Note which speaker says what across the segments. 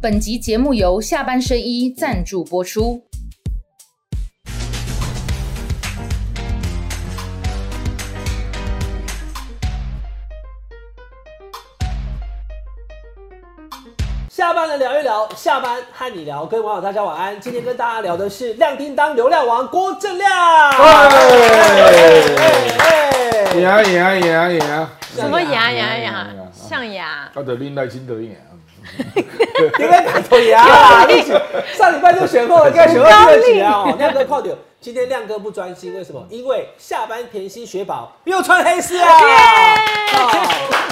Speaker 1: 本集节目由下半身衣赞助播出。
Speaker 2: 下班了聊一聊，下班和你聊，各位网友大家晚安。今天跟大家聊的是亮叮当流量王郭正亮。哎
Speaker 3: 赢啊赢啊赢啊赢啊！
Speaker 4: 什么牙牙牙，象牙。
Speaker 3: 他得拎耐心得赢啊！
Speaker 2: 你该打头牙，你选上礼拜就选过了，应该选二十二集啊！哦，亮哥靠点。今天亮哥不专心，为什么？因为下班甜心雪宝又穿黑丝啊！哦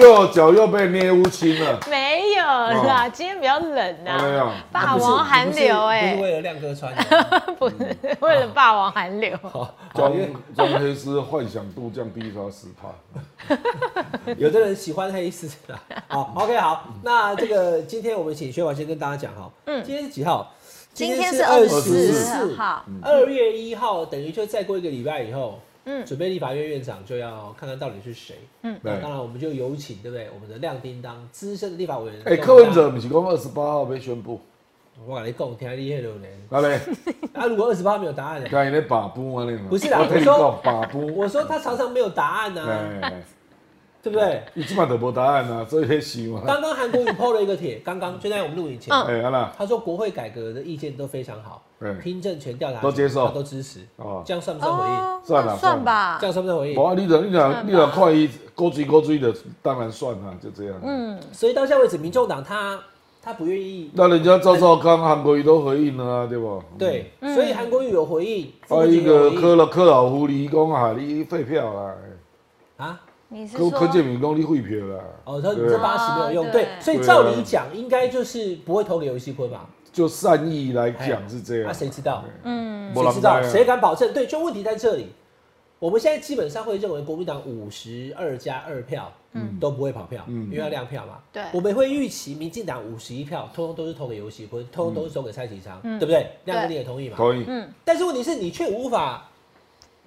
Speaker 3: 右脚又被捏乌青了。
Speaker 4: 没有啦，今天比较冷
Speaker 3: 哦没有
Speaker 4: 呐，霸王寒流
Speaker 2: 不是
Speaker 4: 哎，
Speaker 2: 为了亮哥穿的，
Speaker 4: 不是
Speaker 3: 嗯
Speaker 4: 为了霸王寒流，
Speaker 3: 哦
Speaker 2: 好因
Speaker 3: 装
Speaker 2: 为
Speaker 3: 装黑丝幻想度降低他十帕，
Speaker 2: 有的人喜欢黑丝 啊。好，OK，好，那这个今天我们请薛宝先跟大家讲哈，嗯，今天是几号？
Speaker 4: 今天是二十
Speaker 3: 24
Speaker 4: 四号，
Speaker 3: 嗯
Speaker 4: 嗯
Speaker 2: 二月一号，等于就再过一个礼拜以后，嗯，准备立法院院长就要看看到底是谁。那
Speaker 4: 嗯
Speaker 3: 对
Speaker 2: 当。然我们就有请，对不对？我们的亮叮当资深的立法委员，
Speaker 3: 哎，柯文哲，不是讲二十八号被宣布，
Speaker 2: 我跟你讲，听厉害了呢。
Speaker 3: 阿嘞，
Speaker 2: 啊，如果二十八没有答案呢？
Speaker 3: 看你咧把布啊你嘛，
Speaker 2: 不是啦
Speaker 3: 我跟你
Speaker 2: 我
Speaker 3: 讲
Speaker 2: 说
Speaker 3: 把布，
Speaker 2: 我说他常常没有答案啊，
Speaker 3: 哎，
Speaker 2: 对不对？
Speaker 3: 你基本都无答案啊，所以在想啊，
Speaker 2: 刚刚韩国瑜 PO 了一个帖，刚刚就在我们录影前，
Speaker 3: 哎，阿啦，
Speaker 2: 他说国会改革的意见都非常好
Speaker 3: 嗯，
Speaker 2: 听证权调查
Speaker 3: 都接受
Speaker 2: 他都支持，
Speaker 3: 哦
Speaker 2: 这样算不算回应？
Speaker 3: 算了
Speaker 4: 那算吧
Speaker 2: 这，样算不算回应
Speaker 3: 无？啊，你若你若你若看伊勾追勾追的，当然算啦，就这样。嗯，
Speaker 2: 所以到现在为止，民众党他他不愿意
Speaker 3: 那人家赵少康、韩国瑜都回应了啊，对不？
Speaker 2: 对，所以韩国瑜有回应，
Speaker 3: 还有
Speaker 2: 傅昆萁
Speaker 3: 哦
Speaker 2: 有
Speaker 3: 一啊个
Speaker 2: 回应
Speaker 3: 柯老柯老狐狸讲啊，你废票啦，
Speaker 2: 啊，
Speaker 4: 你是
Speaker 3: 柯
Speaker 4: 说
Speaker 3: 柯建铭讲你废票啦，
Speaker 2: 哦，他说你
Speaker 3: 对啊
Speaker 2: 这八十没有用，
Speaker 4: 哦
Speaker 2: 对，
Speaker 4: 对
Speaker 2: 所以照理讲应该就是不会投给游戏坤吧？
Speaker 3: 就善意来讲是这
Speaker 2: 那
Speaker 3: 样，
Speaker 2: 啊谁知道？
Speaker 4: 嗯，
Speaker 3: 没人
Speaker 2: 谁知道？
Speaker 3: 知道啊
Speaker 2: 谁敢保证？对，就问题在这里。我们现在基本上会认为国民党五十二加二票，嗯，都不会跑票，因为要亮票嘛。
Speaker 4: 对
Speaker 2: 我们会预期民进党五十一票，通通都是投给游戏坤，通通都是投给蔡其昌，对不对？亮哥
Speaker 4: 嗯对
Speaker 2: 你也同意嘛？
Speaker 3: 同意？
Speaker 4: 嗯
Speaker 2: 但是问题是你却无法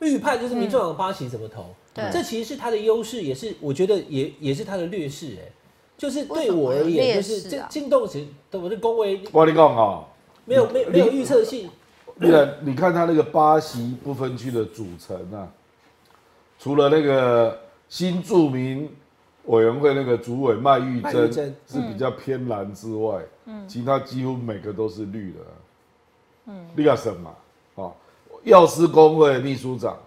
Speaker 2: 预判，就是民众党八旗怎么投。
Speaker 4: 对
Speaker 2: 这其实是他的优势，也是我觉得也也是他的劣势。哎，就是
Speaker 4: 为
Speaker 2: 对
Speaker 4: 什么
Speaker 2: 我而言，
Speaker 4: 劣
Speaker 2: 就
Speaker 4: 势
Speaker 2: 是这
Speaker 4: 啊
Speaker 2: 进洞时，对我的恭维
Speaker 3: 我跟你讲哦，
Speaker 2: 没有没有没有预测性。
Speaker 3: 你看你看他那个巴西不分区的组成啊，除了那个新著名委员会那个主委麦玉
Speaker 2: 麦
Speaker 3: 珍
Speaker 2: 玉珍嗯
Speaker 3: 是比较偏蓝之外，其他几乎每个都是绿的啊。
Speaker 2: 嗯
Speaker 3: 那个什么啊？药师工会秘书长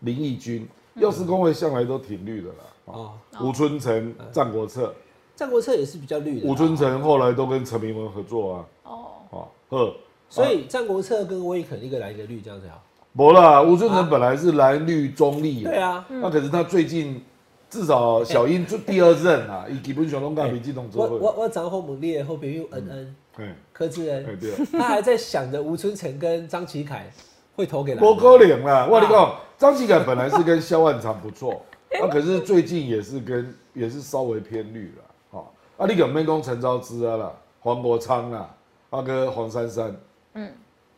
Speaker 3: 林义君，药师工会向来都挺绿的啦。啊，
Speaker 2: 嗯哦，
Speaker 3: 吴春成、战国策，
Speaker 2: 战国策也是比较绿的啦。
Speaker 3: 吴春
Speaker 2: 哦
Speaker 3: 成后来都跟陈明文合作啊。
Speaker 4: 哦，
Speaker 3: 哦，呵，
Speaker 2: 所以战国策跟威肯一个蓝一个绿，这样子好。
Speaker 3: 没啦，吴春成本来是蓝绿中立啊
Speaker 2: 啊对，啊，
Speaker 3: 那可是他最近至少小英做第二任啊，以基本上拢甲民进党
Speaker 2: 我
Speaker 3: 做
Speaker 2: 哎我
Speaker 3: 伙。
Speaker 2: 我长后母烈后边又恩恩
Speaker 3: 哎
Speaker 2: 呃柯志
Speaker 3: 哎
Speaker 2: 恩，
Speaker 3: 对啊，
Speaker 2: 他还在想着吴春成跟张启凯会投给蓝
Speaker 3: 不
Speaker 2: 的。
Speaker 3: 可能啦！我跟你
Speaker 2: 啊
Speaker 3: 讲，张启凯本来是跟萧万长不错， 啊，可是最近也是跟也是稍微偏绿了，好、啊，你可免讲陈昭之啊啦，黄国昌啦，啊跟黄珊珊，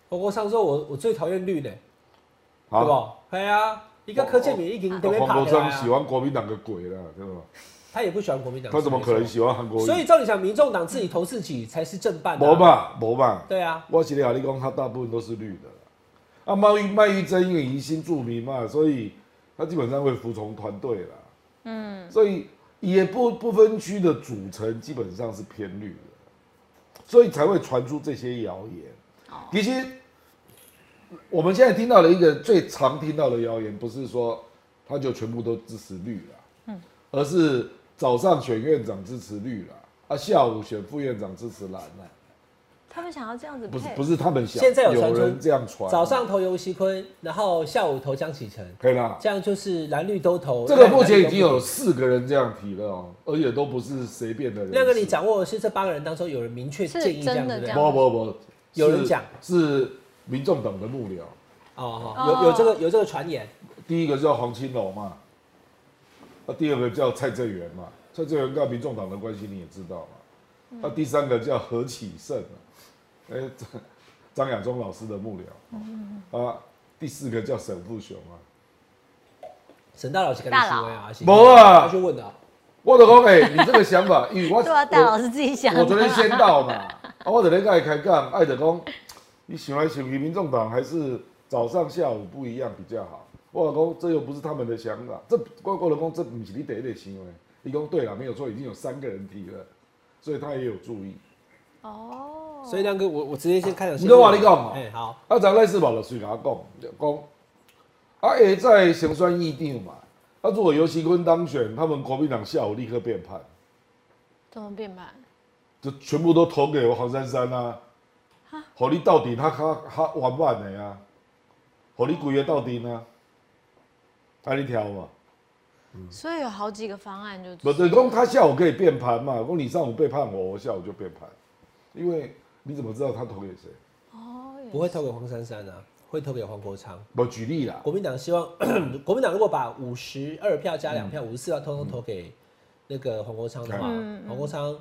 Speaker 2: 我我上说我我最讨厌绿的。
Speaker 3: 啊哦
Speaker 2: 对不？对啊，一个柯建铭已经特别
Speaker 3: 黄
Speaker 2: 怕
Speaker 3: 国
Speaker 2: 他
Speaker 3: 昌喜欢国民党个鬼啦，对吧？
Speaker 2: 啊他也不喜欢国民党，
Speaker 3: 他怎么可能喜欢韩国瑜？
Speaker 2: 啊所以照理讲，民众党自己投自己才是正办、啊。
Speaker 3: 没？吧，没吧。
Speaker 2: 对啊，
Speaker 3: 我是跟你讲，他大部分都是绿的啦。啊，麦玉麦玉珍因为疑心著名嘛，所以他基本上会服从团队啦。嗯，所以也不不分区的组成基本上是偏绿的，所以才会传出这些谣言。其实我们现在听到的一个最常听到的谣言，不是说他就全部都支持绿了，而是早上选院长支持绿了，啊，下午选副院长支持蓝了。
Speaker 4: 他们想要这样子
Speaker 3: 不是
Speaker 4: 配
Speaker 3: 不，是他们想，
Speaker 2: 哎现在有传
Speaker 3: 有
Speaker 2: 出
Speaker 3: 人这样传，
Speaker 2: 早上投游锡坤，然后下午投江启臣，
Speaker 3: 可以啦。
Speaker 2: 这样就是蓝绿都投。
Speaker 3: 这个目前已经有四个人这样提了哦，而且都不是随便的人。
Speaker 2: 亮哥，你掌握的是这八个人当中有人明确建议这样，
Speaker 4: 是真的
Speaker 2: 对不
Speaker 4: 这
Speaker 2: 对哦
Speaker 4: 样
Speaker 3: 不不不，
Speaker 2: 有人
Speaker 3: 是
Speaker 2: 讲
Speaker 3: 是民众党的幕僚，
Speaker 2: 哦，
Speaker 4: 哦
Speaker 2: 哦有有这个有这个传言，
Speaker 3: 第一个叫黄青龙嘛，那第二个叫蔡正元嘛，蔡正元跟民众党的关系你也知道
Speaker 2: 嗯
Speaker 3: 嘛，啊那第三个叫何启胜嘛，哎， 张张亚中老师的幕
Speaker 2: 嗯
Speaker 3: 僚啊，第四个叫沈富雄啊，
Speaker 2: 沈大佬是跟你
Speaker 4: 大佬
Speaker 2: 行为啊，
Speaker 3: 没啊
Speaker 2: 他去问的啊，
Speaker 3: 我就讲，哎、你这个 想法，因为我
Speaker 4: 对啊，戴老师自己想
Speaker 3: 我，我昨
Speaker 4: 的。
Speaker 3: 天先到嘛，啊，我昨天跟他开杠，爱德讲，你喜欢想去民众党还是早上下午不一样比较好？我讲这又不是他们的想法，这我我老公这不是你第一个行为，你讲对了，没有错，已经有三个人提了，所以他也有注意。
Speaker 4: 哦，
Speaker 2: 所以亮哥，我我直接先开场先
Speaker 3: 你
Speaker 2: 问。
Speaker 3: 跟我你讲嘛
Speaker 2: 哎，好，
Speaker 3: 啊，咱赖世宝老师甲我讲，讲啊，会在行选议定嘛，啊，如果尤其坤当选，他们国民党下午立刻变派，
Speaker 4: 怎么变慢？
Speaker 3: 就全部都投给黄珊珊啊，好你到底他他他完满的啊，好你规个到底呢？啊，你调嘛，
Speaker 4: 所以有好几个方案就
Speaker 3: 不是讲他下午可以变盘嘛，讲你上午背叛我，我下午就变盘，因为你怎么知道他投给谁？
Speaker 4: 哦，也
Speaker 2: 不会投给黄珊珊啊，会投给黄国昌。
Speaker 3: 我举例啦，
Speaker 2: 国民党希望，嗯国民党如果把五十二票加两票，
Speaker 3: 嗯
Speaker 2: 五十四票通通投给那个黄国昌的话，
Speaker 4: 嗯
Speaker 2: 黄国昌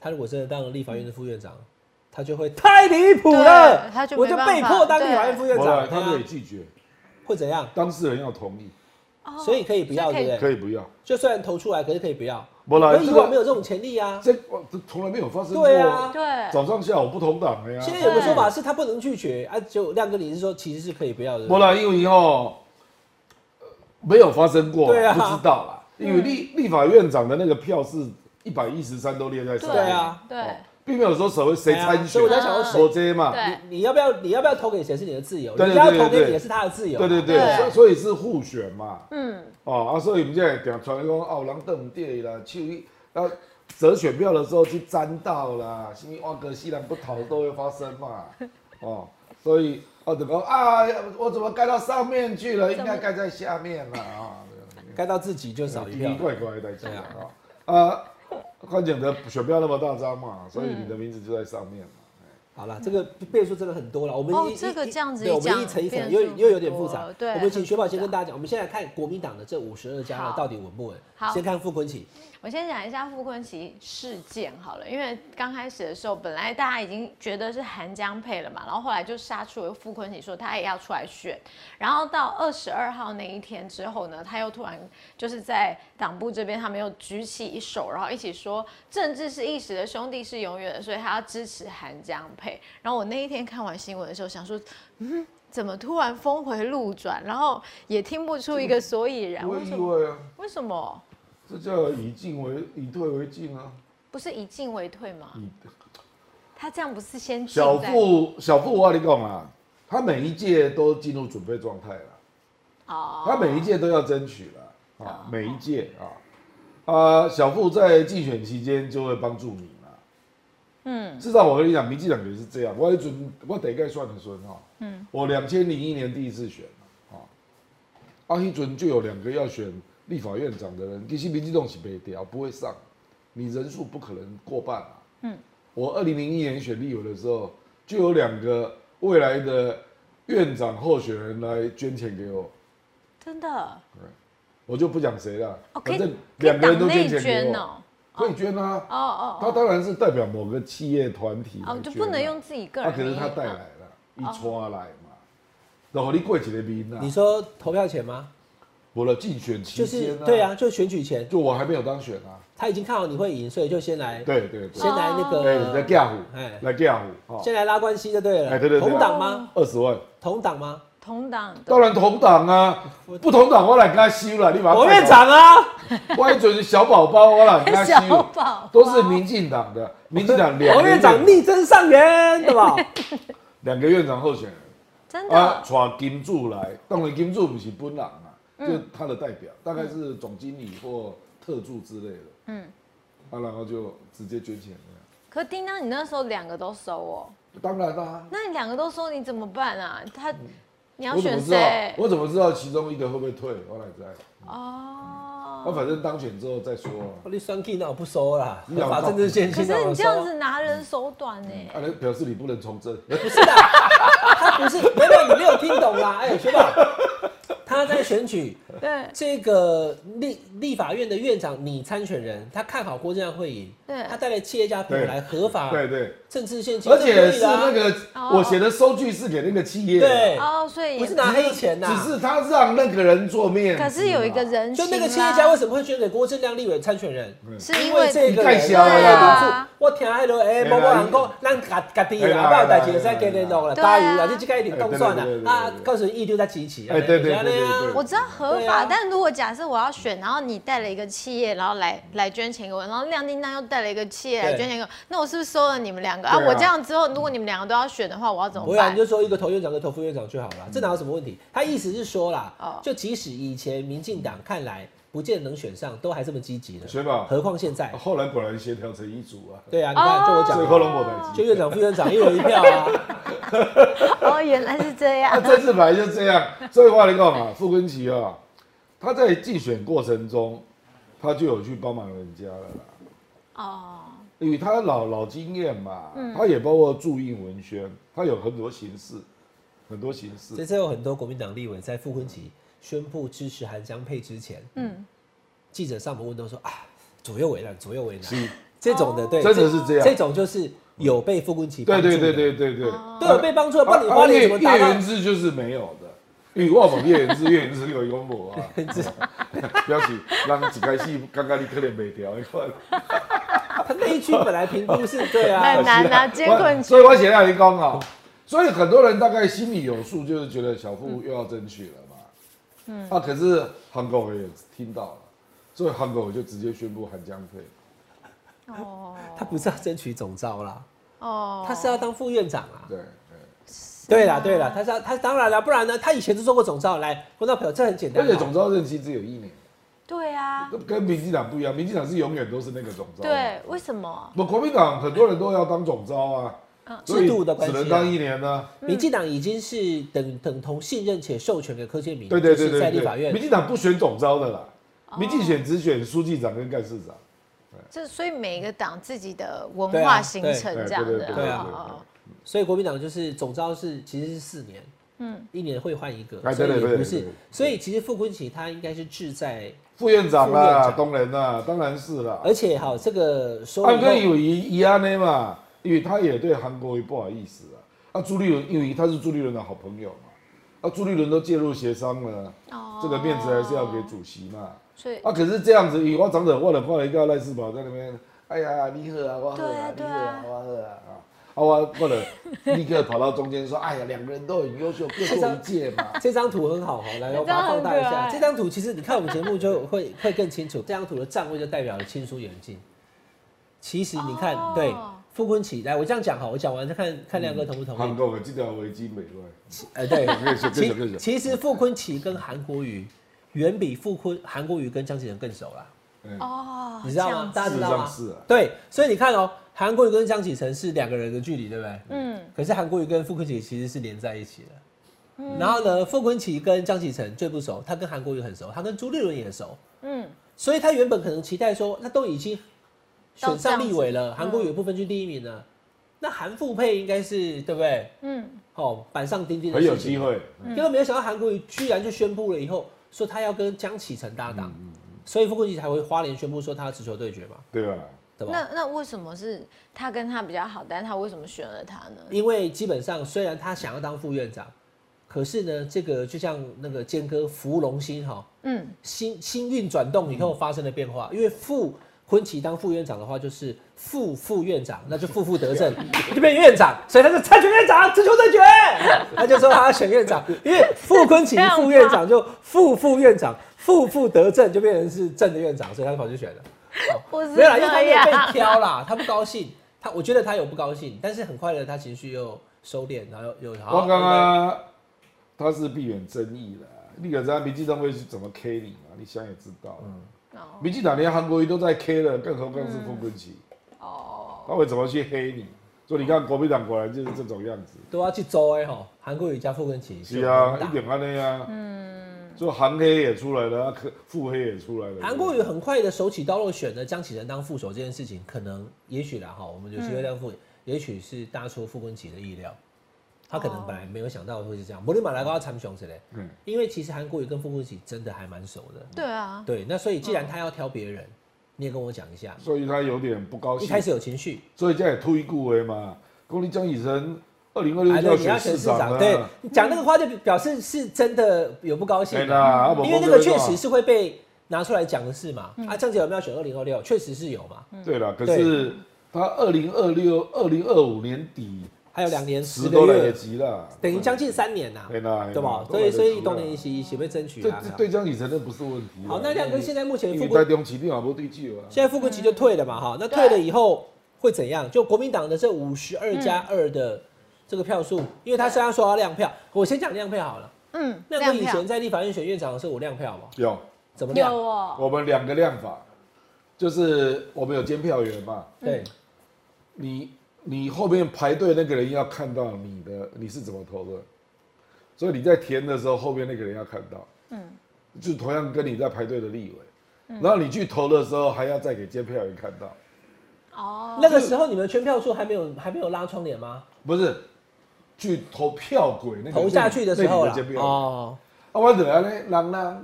Speaker 2: 他如果真的当立法院的副院长，
Speaker 3: 嗯
Speaker 2: 他就会太离谱了
Speaker 4: 对，他就没
Speaker 2: 我就被
Speaker 4: 办法
Speaker 2: 迫当立法院副院
Speaker 3: 我来
Speaker 2: 长，
Speaker 3: 他
Speaker 2: 对啊
Speaker 3: 可以拒绝，
Speaker 2: 会怎样？
Speaker 3: 当事人要同意，
Speaker 4: 哦
Speaker 2: 所以可以不要，
Speaker 4: 所以可
Speaker 2: 对
Speaker 4: 以
Speaker 2: 不
Speaker 3: 可
Speaker 2: 对？
Speaker 3: 以不要。
Speaker 2: 就算投出来，可是可以不要。
Speaker 3: 不啦
Speaker 2: 我们以
Speaker 3: 这个
Speaker 2: 往没有这种潜力啊。
Speaker 3: 这我这从来没有发生过。
Speaker 2: 对啊
Speaker 4: 对，
Speaker 3: 早上下午不同党的呀、
Speaker 2: 现在有个说法是他不能拒绝啊，就亮哥你是说其实是可以不要的。
Speaker 3: 没啦，因为吼、呃没有发生过，
Speaker 2: 对啊嗯
Speaker 3: 不知道啦。因为立立法院长的那个票是一百一十三都列在上面，哦
Speaker 2: 对啊
Speaker 4: 对，
Speaker 3: 并没有说所谓谁参
Speaker 2: 哎呀所以
Speaker 3: 选，
Speaker 2: 我在想说谁
Speaker 3: 说这嘛，
Speaker 4: 对
Speaker 2: 你你要不要你要不要投给谁是你的自由，
Speaker 3: 对
Speaker 2: 人
Speaker 3: 对
Speaker 2: 家要
Speaker 3: 对
Speaker 2: 投
Speaker 3: 对
Speaker 2: 给你
Speaker 3: 对
Speaker 2: 也是他的自由啊。
Speaker 3: 对对对，
Speaker 4: 对
Speaker 3: 所以所以是互选嘛，
Speaker 4: 嗯，
Speaker 3: 哦啊，所以我们现在讲传说哦，人邓对啦，去啊折选票的时候去沾到啦，因为万格西兰不投都会发生 嘛，哦，所以哦怎么啊，我怎么盖到上面去了？应该盖在下面了啊，
Speaker 2: 该到自己就少一
Speaker 3: 奇
Speaker 2: 票
Speaker 3: 奇。怪怪的讲啊，啊，关键的选票那么大张嘛，所以你的名字就在上面
Speaker 4: 嗯
Speaker 3: 嘛。
Speaker 2: 好啦，这个变数真的很多了。我们
Speaker 4: 哦
Speaker 2: 一一
Speaker 4: 这个这样子
Speaker 2: 对，
Speaker 4: 一
Speaker 2: 我们
Speaker 4: 讲
Speaker 2: 一层一层，
Speaker 4: 变
Speaker 2: 又
Speaker 4: 数
Speaker 2: 又有点
Speaker 4: 很多
Speaker 2: 复杂
Speaker 4: 了。对
Speaker 2: 我们请
Speaker 4: 很
Speaker 2: 雪宝先
Speaker 4: 复
Speaker 2: 跟
Speaker 4: 杂
Speaker 2: 大家讲，我们现在看国民党的这五十二家呢
Speaker 4: 好
Speaker 2: 到底稳不稳？
Speaker 4: 好
Speaker 2: 先看傅昆萁，
Speaker 4: 我先讲一下傅昆奇事件好了，因为刚开始的时候，本来大家已经觉得是韩江配了嘛，然后后来就杀出了傅昆奇说他也要出来选，然后到二十二号那一天之后呢，他又突然就是在党部这边，他们又举起一手，然后一起说政治是一时的，兄弟是永远的，所以他要支持韩江配。然后我那一天看完新闻的时候，想说，嗯，怎么突然峰回路转，然后也听不出一个所以然，
Speaker 3: 不会
Speaker 4: 为
Speaker 3: 意
Speaker 4: 什么？
Speaker 3: 外啊，
Speaker 4: 为什么？
Speaker 3: 这叫以进为以退为进啊。
Speaker 4: 不是以进为退吗？
Speaker 3: 以
Speaker 4: 他这样不是先
Speaker 3: 嗯
Speaker 4: 进
Speaker 3: 小
Speaker 4: 再
Speaker 3: 富小富，我跟你讲啊，他每一届都进入准备状态了，
Speaker 4: 哦，
Speaker 3: 他每一届都要争取了啊，每一届啊。啊，小富在竞选期间就会帮助你嘛。嗯，至少我跟你讲，民进党也是这样。我一准，我得概算一算哈。嗯，我两千零一年第一次选嘛啊，啊，一准就有两个要选立法院长的人，其实民进党是没掉，不会上，你人数不可能过半啊。嗯，我二零零一年选立委的时候，就有两个未来的院长候选人来捐钱给我，
Speaker 4: 真的
Speaker 3: 我就不讲谁了，
Speaker 4: 哦，可
Speaker 3: 反
Speaker 4: 以
Speaker 3: 正
Speaker 4: 可以
Speaker 3: 两个人
Speaker 4: 党
Speaker 3: 都
Speaker 4: 内
Speaker 3: 捐钱给
Speaker 4: 捐
Speaker 3: 我。可
Speaker 4: 哦，
Speaker 3: 以捐啊，
Speaker 4: 哦哦
Speaker 3: 他当然是代表某个企业团体来
Speaker 4: 哦，
Speaker 3: 捐
Speaker 4: 就
Speaker 3: 啊
Speaker 4: 不能用自己个
Speaker 3: 啊，
Speaker 4: 人
Speaker 3: 可
Speaker 4: 名
Speaker 3: 是
Speaker 4: 义。哦
Speaker 3: 他带来了，一抓来嘛，然后你过几个名啊
Speaker 2: 你，说投票前吗？
Speaker 3: 我的竞选期
Speaker 2: 就是
Speaker 3: 间啊，
Speaker 2: 对，啊，就选举前，
Speaker 3: 就我还没有当选啊，
Speaker 2: 他已经看好你会赢，所以就先来
Speaker 3: 对对
Speaker 2: 先
Speaker 3: 对，
Speaker 2: 来那
Speaker 3: 哎，
Speaker 2: 个
Speaker 3: 来架虎
Speaker 2: 哎，
Speaker 3: 来架虎，哦，
Speaker 2: 先来拉关系就对
Speaker 3: 哎
Speaker 2: 了。
Speaker 3: 对对对
Speaker 2: 同党吗？
Speaker 3: 二十万，
Speaker 4: 哦
Speaker 2: 同党吗？
Speaker 4: 同党 的
Speaker 3: 当然同党啊，不同党我来跟他修了，你把他
Speaker 2: 我
Speaker 3: 带走
Speaker 2: 院，长啊，
Speaker 3: 我一准是小宝宝，我来跟他
Speaker 4: 小
Speaker 3: 修，
Speaker 4: 宝
Speaker 3: 都是民进党的，民进党两
Speaker 2: 我
Speaker 3: 个
Speaker 2: 院长力争上元，对 吧？
Speaker 3: 两个院长候选人。
Speaker 4: 真
Speaker 3: 啊
Speaker 4: 的，
Speaker 3: 带金主来，当然金主不是本人啊，
Speaker 4: 嗯
Speaker 3: 就他的代表，大概是总经理或特助之类的。嗯，啊，然后就直接捐钱了。
Speaker 4: 可叮当你那时候两个都收哦，
Speaker 3: 当然啦、
Speaker 4: 那你两个都收你怎么办啊？他你要
Speaker 3: 嗯我怎
Speaker 4: 选
Speaker 3: 么知道
Speaker 4: 谁？？
Speaker 3: 我怎么知道其中一个会不会退？我哪知道？那、
Speaker 4: 哦，
Speaker 3: 反正当选之后再说啊。
Speaker 2: 哦你双 K 那我不收啦，
Speaker 3: 你想
Speaker 2: 把政治现
Speaker 4: 可
Speaker 2: 金
Speaker 4: 是
Speaker 2: 那
Speaker 3: 啊
Speaker 4: 你
Speaker 2: 我
Speaker 4: 这
Speaker 2: 收
Speaker 4: 样子拿人手短呢？
Speaker 3: 啊，那表示你不能从政。
Speaker 2: 啊 他不是，没有你没有听懂啦。哎、学宝，他在选举，
Speaker 4: 对
Speaker 2: 这个立立法院的院长拟参选人，他看好郭正亮会赢，
Speaker 4: 对
Speaker 2: 他带了企业家朋友来合
Speaker 4: 啊
Speaker 2: 法
Speaker 3: 对对，
Speaker 2: 政治现金，
Speaker 3: 而且
Speaker 2: 这
Speaker 3: 是
Speaker 2: 就可以了啊
Speaker 3: 那个
Speaker 4: 哦
Speaker 3: 我写的收据是给那个企业的，
Speaker 2: 对
Speaker 4: 哦，所以
Speaker 2: 不
Speaker 4: 也
Speaker 2: 是拿黑钱呐、
Speaker 3: 只是他让那个人做面子嘛，
Speaker 4: 可是有一个人
Speaker 2: 就
Speaker 4: 情啊
Speaker 2: 那个企业
Speaker 4: 啦
Speaker 2: 家为什么会捐给郭正亮立委参选人？
Speaker 4: 是
Speaker 2: 因
Speaker 4: 因
Speaker 2: 为
Speaker 4: 为
Speaker 2: 这个
Speaker 3: 太小了
Speaker 4: 啦
Speaker 2: 我听迄落诶，某某人讲，咱家家己啊啦，冇代志使加联络啦，
Speaker 4: 啊
Speaker 2: 加油啦，你即个一定当算啦。啊，到时伊就在支持啊。
Speaker 4: 我知道合
Speaker 2: 对
Speaker 4: 法，
Speaker 2: 啊
Speaker 4: 但如果假设我要选，然后你带了一个企业，然后来来捐钱给我，然后亮叮当又带了一个企业来
Speaker 2: 对
Speaker 4: 捐钱给我，那我是不是收了你们两个
Speaker 3: 对
Speaker 4: 啊？
Speaker 3: 啊
Speaker 4: 我这样之后，如果你们两个都要选的话，我要怎
Speaker 2: 不
Speaker 4: 么
Speaker 2: 会啊，
Speaker 4: 办
Speaker 2: 你？就说一个投院长跟投副院长就好了，这哪有什么问题？他意思是说啦
Speaker 4: 哦，
Speaker 2: 就即使以前民进党看来不见能选上，都还这么积极的，
Speaker 3: 学宝
Speaker 2: 何况现在？
Speaker 3: 后来果然协调成一组啊，
Speaker 2: 对啊，你看，就我
Speaker 3: 所
Speaker 2: 讲
Speaker 3: 以后
Speaker 2: 的，
Speaker 3: 哦龙某台
Speaker 2: 就
Speaker 3: 机。
Speaker 2: 院长、副院长一人一票啊。
Speaker 4: 哦，原来是这
Speaker 3: 那
Speaker 4: 样。
Speaker 3: 这次本来就这样，所以话你干嘛？傅昆奇啊，他在竞选过程中，他就有去帮忙人家了啦。
Speaker 4: 哦，
Speaker 3: 因为他老老经验嘛，他也包括驻印文宣，他有很多形式，很多形
Speaker 2: 这
Speaker 3: 式。
Speaker 2: 次有很多国民党立委在傅昆萁宣布支持韩江配之前，
Speaker 4: 嗯，
Speaker 2: 记者上门问都说啊，左右为难，左右为难
Speaker 3: 是，
Speaker 2: 这种的，对，
Speaker 3: 真的是这样
Speaker 2: 这种就是有被傅昆萁帮
Speaker 3: 对
Speaker 2: 助的
Speaker 3: 对对对，对对，
Speaker 2: 都有被帮助的，不然你
Speaker 3: 啊
Speaker 2: 花
Speaker 3: 叶
Speaker 2: 莲怎么达
Speaker 3: 叶
Speaker 2: 到
Speaker 3: 元？之就是没有的，因为我们叶元之叶元之有幽默啊，不要紧，让几开戏刚刚你可能没调一块，啊
Speaker 2: 他那一区本来评估是对
Speaker 4: 很
Speaker 2: 啊，
Speaker 4: 难啊，艰
Speaker 3: 我
Speaker 4: 困
Speaker 3: 所以我写到你刚好，所以很多人大概心里有数，就是觉得小富又要争取了嘛，嗯，啊，可是韩国瑜也听到了，所以韩国瑜就直接宣布韩江退。
Speaker 4: 哦
Speaker 2: 他不是要争取总召啦，
Speaker 4: 哦，
Speaker 2: 他是要当副院长啊。
Speaker 3: 对
Speaker 2: 对啦对啦，他是要他当然啦，不然呢，他以前就做过总召，来，观众朋友，这很简
Speaker 3: 对，
Speaker 2: 单
Speaker 3: 而
Speaker 2: 嘛。
Speaker 3: 且总召任期只有一年，
Speaker 4: 对 啊，
Speaker 3: 跟民进党不一样，民进党是永远都是那个总召。
Speaker 4: 对，为什么？
Speaker 3: 我国民党很多人都要当总召啊，
Speaker 4: 嗯
Speaker 3: 所
Speaker 2: 制
Speaker 3: 以
Speaker 2: 度的关系啊
Speaker 3: 只能当一年呢、啊。
Speaker 2: 民进党已经是等等同信任且授权给柯建明，
Speaker 3: 对对对
Speaker 2: 就是在
Speaker 3: 对
Speaker 2: 立法
Speaker 3: 对，
Speaker 2: 院
Speaker 3: 民进党不选总召的啦，
Speaker 4: 哦
Speaker 3: 民进选只选书记长跟干事长。
Speaker 4: 这所以每一个党自己的文
Speaker 2: 对啊
Speaker 4: 化形
Speaker 2: 对
Speaker 4: 成
Speaker 3: 对
Speaker 4: 这样
Speaker 3: 对
Speaker 4: 的，
Speaker 3: 对
Speaker 2: 对
Speaker 4: 哦
Speaker 2: 啊
Speaker 4: 哦哦
Speaker 2: 所以国民党就是总召是其实是四年，嗯
Speaker 4: 嗯，
Speaker 2: 一年会换一个，
Speaker 3: 哎
Speaker 2: 所
Speaker 3: 对
Speaker 2: 以
Speaker 3: 对
Speaker 2: 也
Speaker 3: 对
Speaker 2: 不
Speaker 3: 对
Speaker 2: 是
Speaker 3: 对，
Speaker 2: 所以其实傅昆萁他应该是志在，
Speaker 3: 副院长
Speaker 2: 副院
Speaker 3: 啦，
Speaker 2: 长哎
Speaker 3: 当然啦，当然是啦。啊
Speaker 2: 而且好这个说
Speaker 3: 安哥
Speaker 2: 以后
Speaker 3: 啊有一一样呢嘛，因为他也对韩国瑜不好意思啊。啊，朱立伦因为他是朱立伦的好朋友嘛，啊，朱立伦都介入协商了，
Speaker 4: 哦
Speaker 3: 这个面子还是要给主席嘛。
Speaker 4: 所以
Speaker 3: 啊，可是这样子，以我长者换了换了一个赖世宝在那边，哎呀，你喝啊，我喝啊，你
Speaker 4: 对
Speaker 3: 喝
Speaker 4: 啊
Speaker 3: 啊，我喝啊，啊，啊我或者立刻跑到中间说，哎呀，两个人都很优秀，各做一届嘛。
Speaker 2: 这张图很好哈，来我
Speaker 4: 这张
Speaker 2: 把它放大一
Speaker 4: 很可
Speaker 2: 下，
Speaker 4: 爱
Speaker 2: 这张图其实你看我们节目就会会更清楚，这张图的站位就代表了亲疏远近。其实你看，
Speaker 4: 哦
Speaker 2: 对傅昆萁，来我这样讲哈，我讲完再看看亮哥同不同
Speaker 3: 韩
Speaker 2: 意？
Speaker 3: 国的这条围巾美外，
Speaker 2: 呃，对，
Speaker 3: 更熟更熟更
Speaker 2: 其
Speaker 3: 熟。
Speaker 2: 其实傅昆萁跟韩国瑜远比傅昆韩国瑜跟江启臣更熟啦。
Speaker 3: 哎
Speaker 4: 哦，
Speaker 2: 你知道
Speaker 4: 这
Speaker 2: 吗
Speaker 4: 样？
Speaker 2: 大家知道吗？
Speaker 3: 事实上是啊
Speaker 2: 对，所以你看哦、韩国瑜跟江启臣是两个人的距离，对不对？
Speaker 4: 嗯。
Speaker 2: 可是韩国瑜跟傅昆萁其实是连在一起的。
Speaker 4: 嗯
Speaker 2: 然后呢，傅昆萁跟江启臣最不熟，他跟韩国瑜很熟，他跟朱立伦也很熟，
Speaker 4: 嗯，
Speaker 2: 所以他原本可能期待说，那都已经选上立委了，
Speaker 4: 都这样子
Speaker 2: 韩国瑜有部分区第一名了，那韩傅配应该是对不对？
Speaker 4: 嗯，
Speaker 2: 哦，板上钉钉的
Speaker 3: 很有
Speaker 2: 事情
Speaker 3: 机会。
Speaker 2: 结果没有想到韩国瑜居然就宣布了以后，说他要跟江启臣搭档，所以傅昆萁才会花莲宣布说他要直球对决嘛，
Speaker 3: 对吧？
Speaker 2: 对吧？
Speaker 4: 那那为什么是他跟他比较好，但是他为什么选了他呢？
Speaker 2: 因为基本上虽然他想要当副院长，可是呢，这个就像那个坚哥福龙星哈，
Speaker 4: 嗯，
Speaker 2: 星星运转动以后发生了变化，因为副。昆奇当副院长的话，就是副副院长，那就负负得 正，就变院长，所以他就参选院长，直球对决。 他就说他要选院长，因为傅昆奇
Speaker 4: 这样吗
Speaker 2: 副院长就副副院长，负负得正就变成是正的院长，所以他就跑去选了。
Speaker 4: 不是
Speaker 2: 没有啦，因为他
Speaker 4: 这
Speaker 2: 没有
Speaker 4: 样，
Speaker 2: 被挑啦， 他不高兴，他我觉得他有不高兴，但是很快的他情绪又收敛，然后又又好
Speaker 3: 我刚刚他是避免争议的，你可知道民进党会是怎么 K 你嘛？你想也知道，
Speaker 2: 嗯
Speaker 4: 哦
Speaker 3: 民进党连韩国瑜都在 K 了，更何况是傅昆萁，
Speaker 4: 哦，
Speaker 3: 他会怎么去黑你？所以你看国民党果然就是这种样子。
Speaker 2: 都要去周哎吼，韩国瑜加傅根奇
Speaker 3: 是啊，一点安内啊，嗯，就韩黑也出来了，啊可腹黑也出来了。
Speaker 2: 韩国瑜很快的手起刀落选了江启臣当副手这件事
Speaker 3: 嗯
Speaker 2: 情，可能也许啦哈，我们有机会当副，也许是大家出傅根奇的意料，他可
Speaker 4: 哦
Speaker 2: 能本来没有想到会是这样。摩利马来高他参雄谁嘞？
Speaker 3: 嗯
Speaker 2: 因为其实韩国瑜跟傅昆萁真的还蛮熟的。
Speaker 4: 对啊，
Speaker 2: 对，那所以既然他要挑别人，
Speaker 3: 嗯
Speaker 2: 你也跟我讲一下。
Speaker 3: 所以他有点不高
Speaker 2: 一
Speaker 3: 兴，
Speaker 2: 开始有情绪，
Speaker 3: 所以这样也推顾为嘛。公立江以晨二零二
Speaker 2: 哎对，
Speaker 3: 六要
Speaker 2: 你要
Speaker 3: 选
Speaker 2: 选
Speaker 3: 市
Speaker 2: 市
Speaker 3: 长
Speaker 2: 长，
Speaker 3: 啊，
Speaker 2: 对，你讲那个话就表示是真的有不高兴
Speaker 3: 哎
Speaker 2: 的。
Speaker 3: 啦，啊
Speaker 2: 因为那个确实，是会被拿出来讲的事
Speaker 4: 嗯
Speaker 2: 嘛。啊，郑姐有没有选二零二六？确实是有嘛，
Speaker 3: 不对了。可
Speaker 2: 对
Speaker 3: 是他二零二六、二零二五年底
Speaker 2: 还有两年
Speaker 3: 十
Speaker 2: 十
Speaker 3: 都
Speaker 2: 个
Speaker 3: 来得
Speaker 2: 月，
Speaker 3: 及了，
Speaker 2: 等于将近三年呐，
Speaker 3: 对啊啦，
Speaker 2: 对吧？
Speaker 3: 都
Speaker 2: 所
Speaker 3: 来得
Speaker 2: 以
Speaker 3: 及
Speaker 2: 所以
Speaker 3: 啦
Speaker 2: 东年一起一起被争取
Speaker 3: 这
Speaker 2: 啊
Speaker 3: 这。啊对江以晨那不是问题啦。
Speaker 2: 好，那亮哥现在目前
Speaker 3: 因
Speaker 2: 富
Speaker 3: 为
Speaker 2: 国
Speaker 3: 在中期定好不对劲啊。
Speaker 2: 现在富国旗就退了嘛，哈，那退了
Speaker 4: 嗯
Speaker 2: 以后会怎样？就国民党的这五十二加
Speaker 4: 嗯
Speaker 2: 二的这个票数，因为他虽然说要亮票，我先讲亮票好了。
Speaker 4: 嗯，
Speaker 2: 亮哥以
Speaker 4: 票
Speaker 2: 前在立法院选院长的时候，我亮票嘛，
Speaker 3: 有，
Speaker 2: 怎么
Speaker 4: 有
Speaker 2: 亮？
Speaker 4: 哦，
Speaker 3: 我们两个量法，就是我们有监票员嘛，
Speaker 2: 对，
Speaker 3: 你你后面排队那个人要看到你的你是怎么投的，所以你在填的时候，后面那个人要看到，嗯，就同样跟你在排队的立委，然后你去投的时候还要再给监票员看到，
Speaker 4: 哦，
Speaker 2: 那个时候你们圈票数还没有还没有拉窗帘吗？
Speaker 3: 不是去投票鬼那个
Speaker 2: 投下去的时候
Speaker 3: 那
Speaker 2: 啦
Speaker 3: 里监，票员啊，
Speaker 2: 哦，
Speaker 3: 我怎样呢？人呢，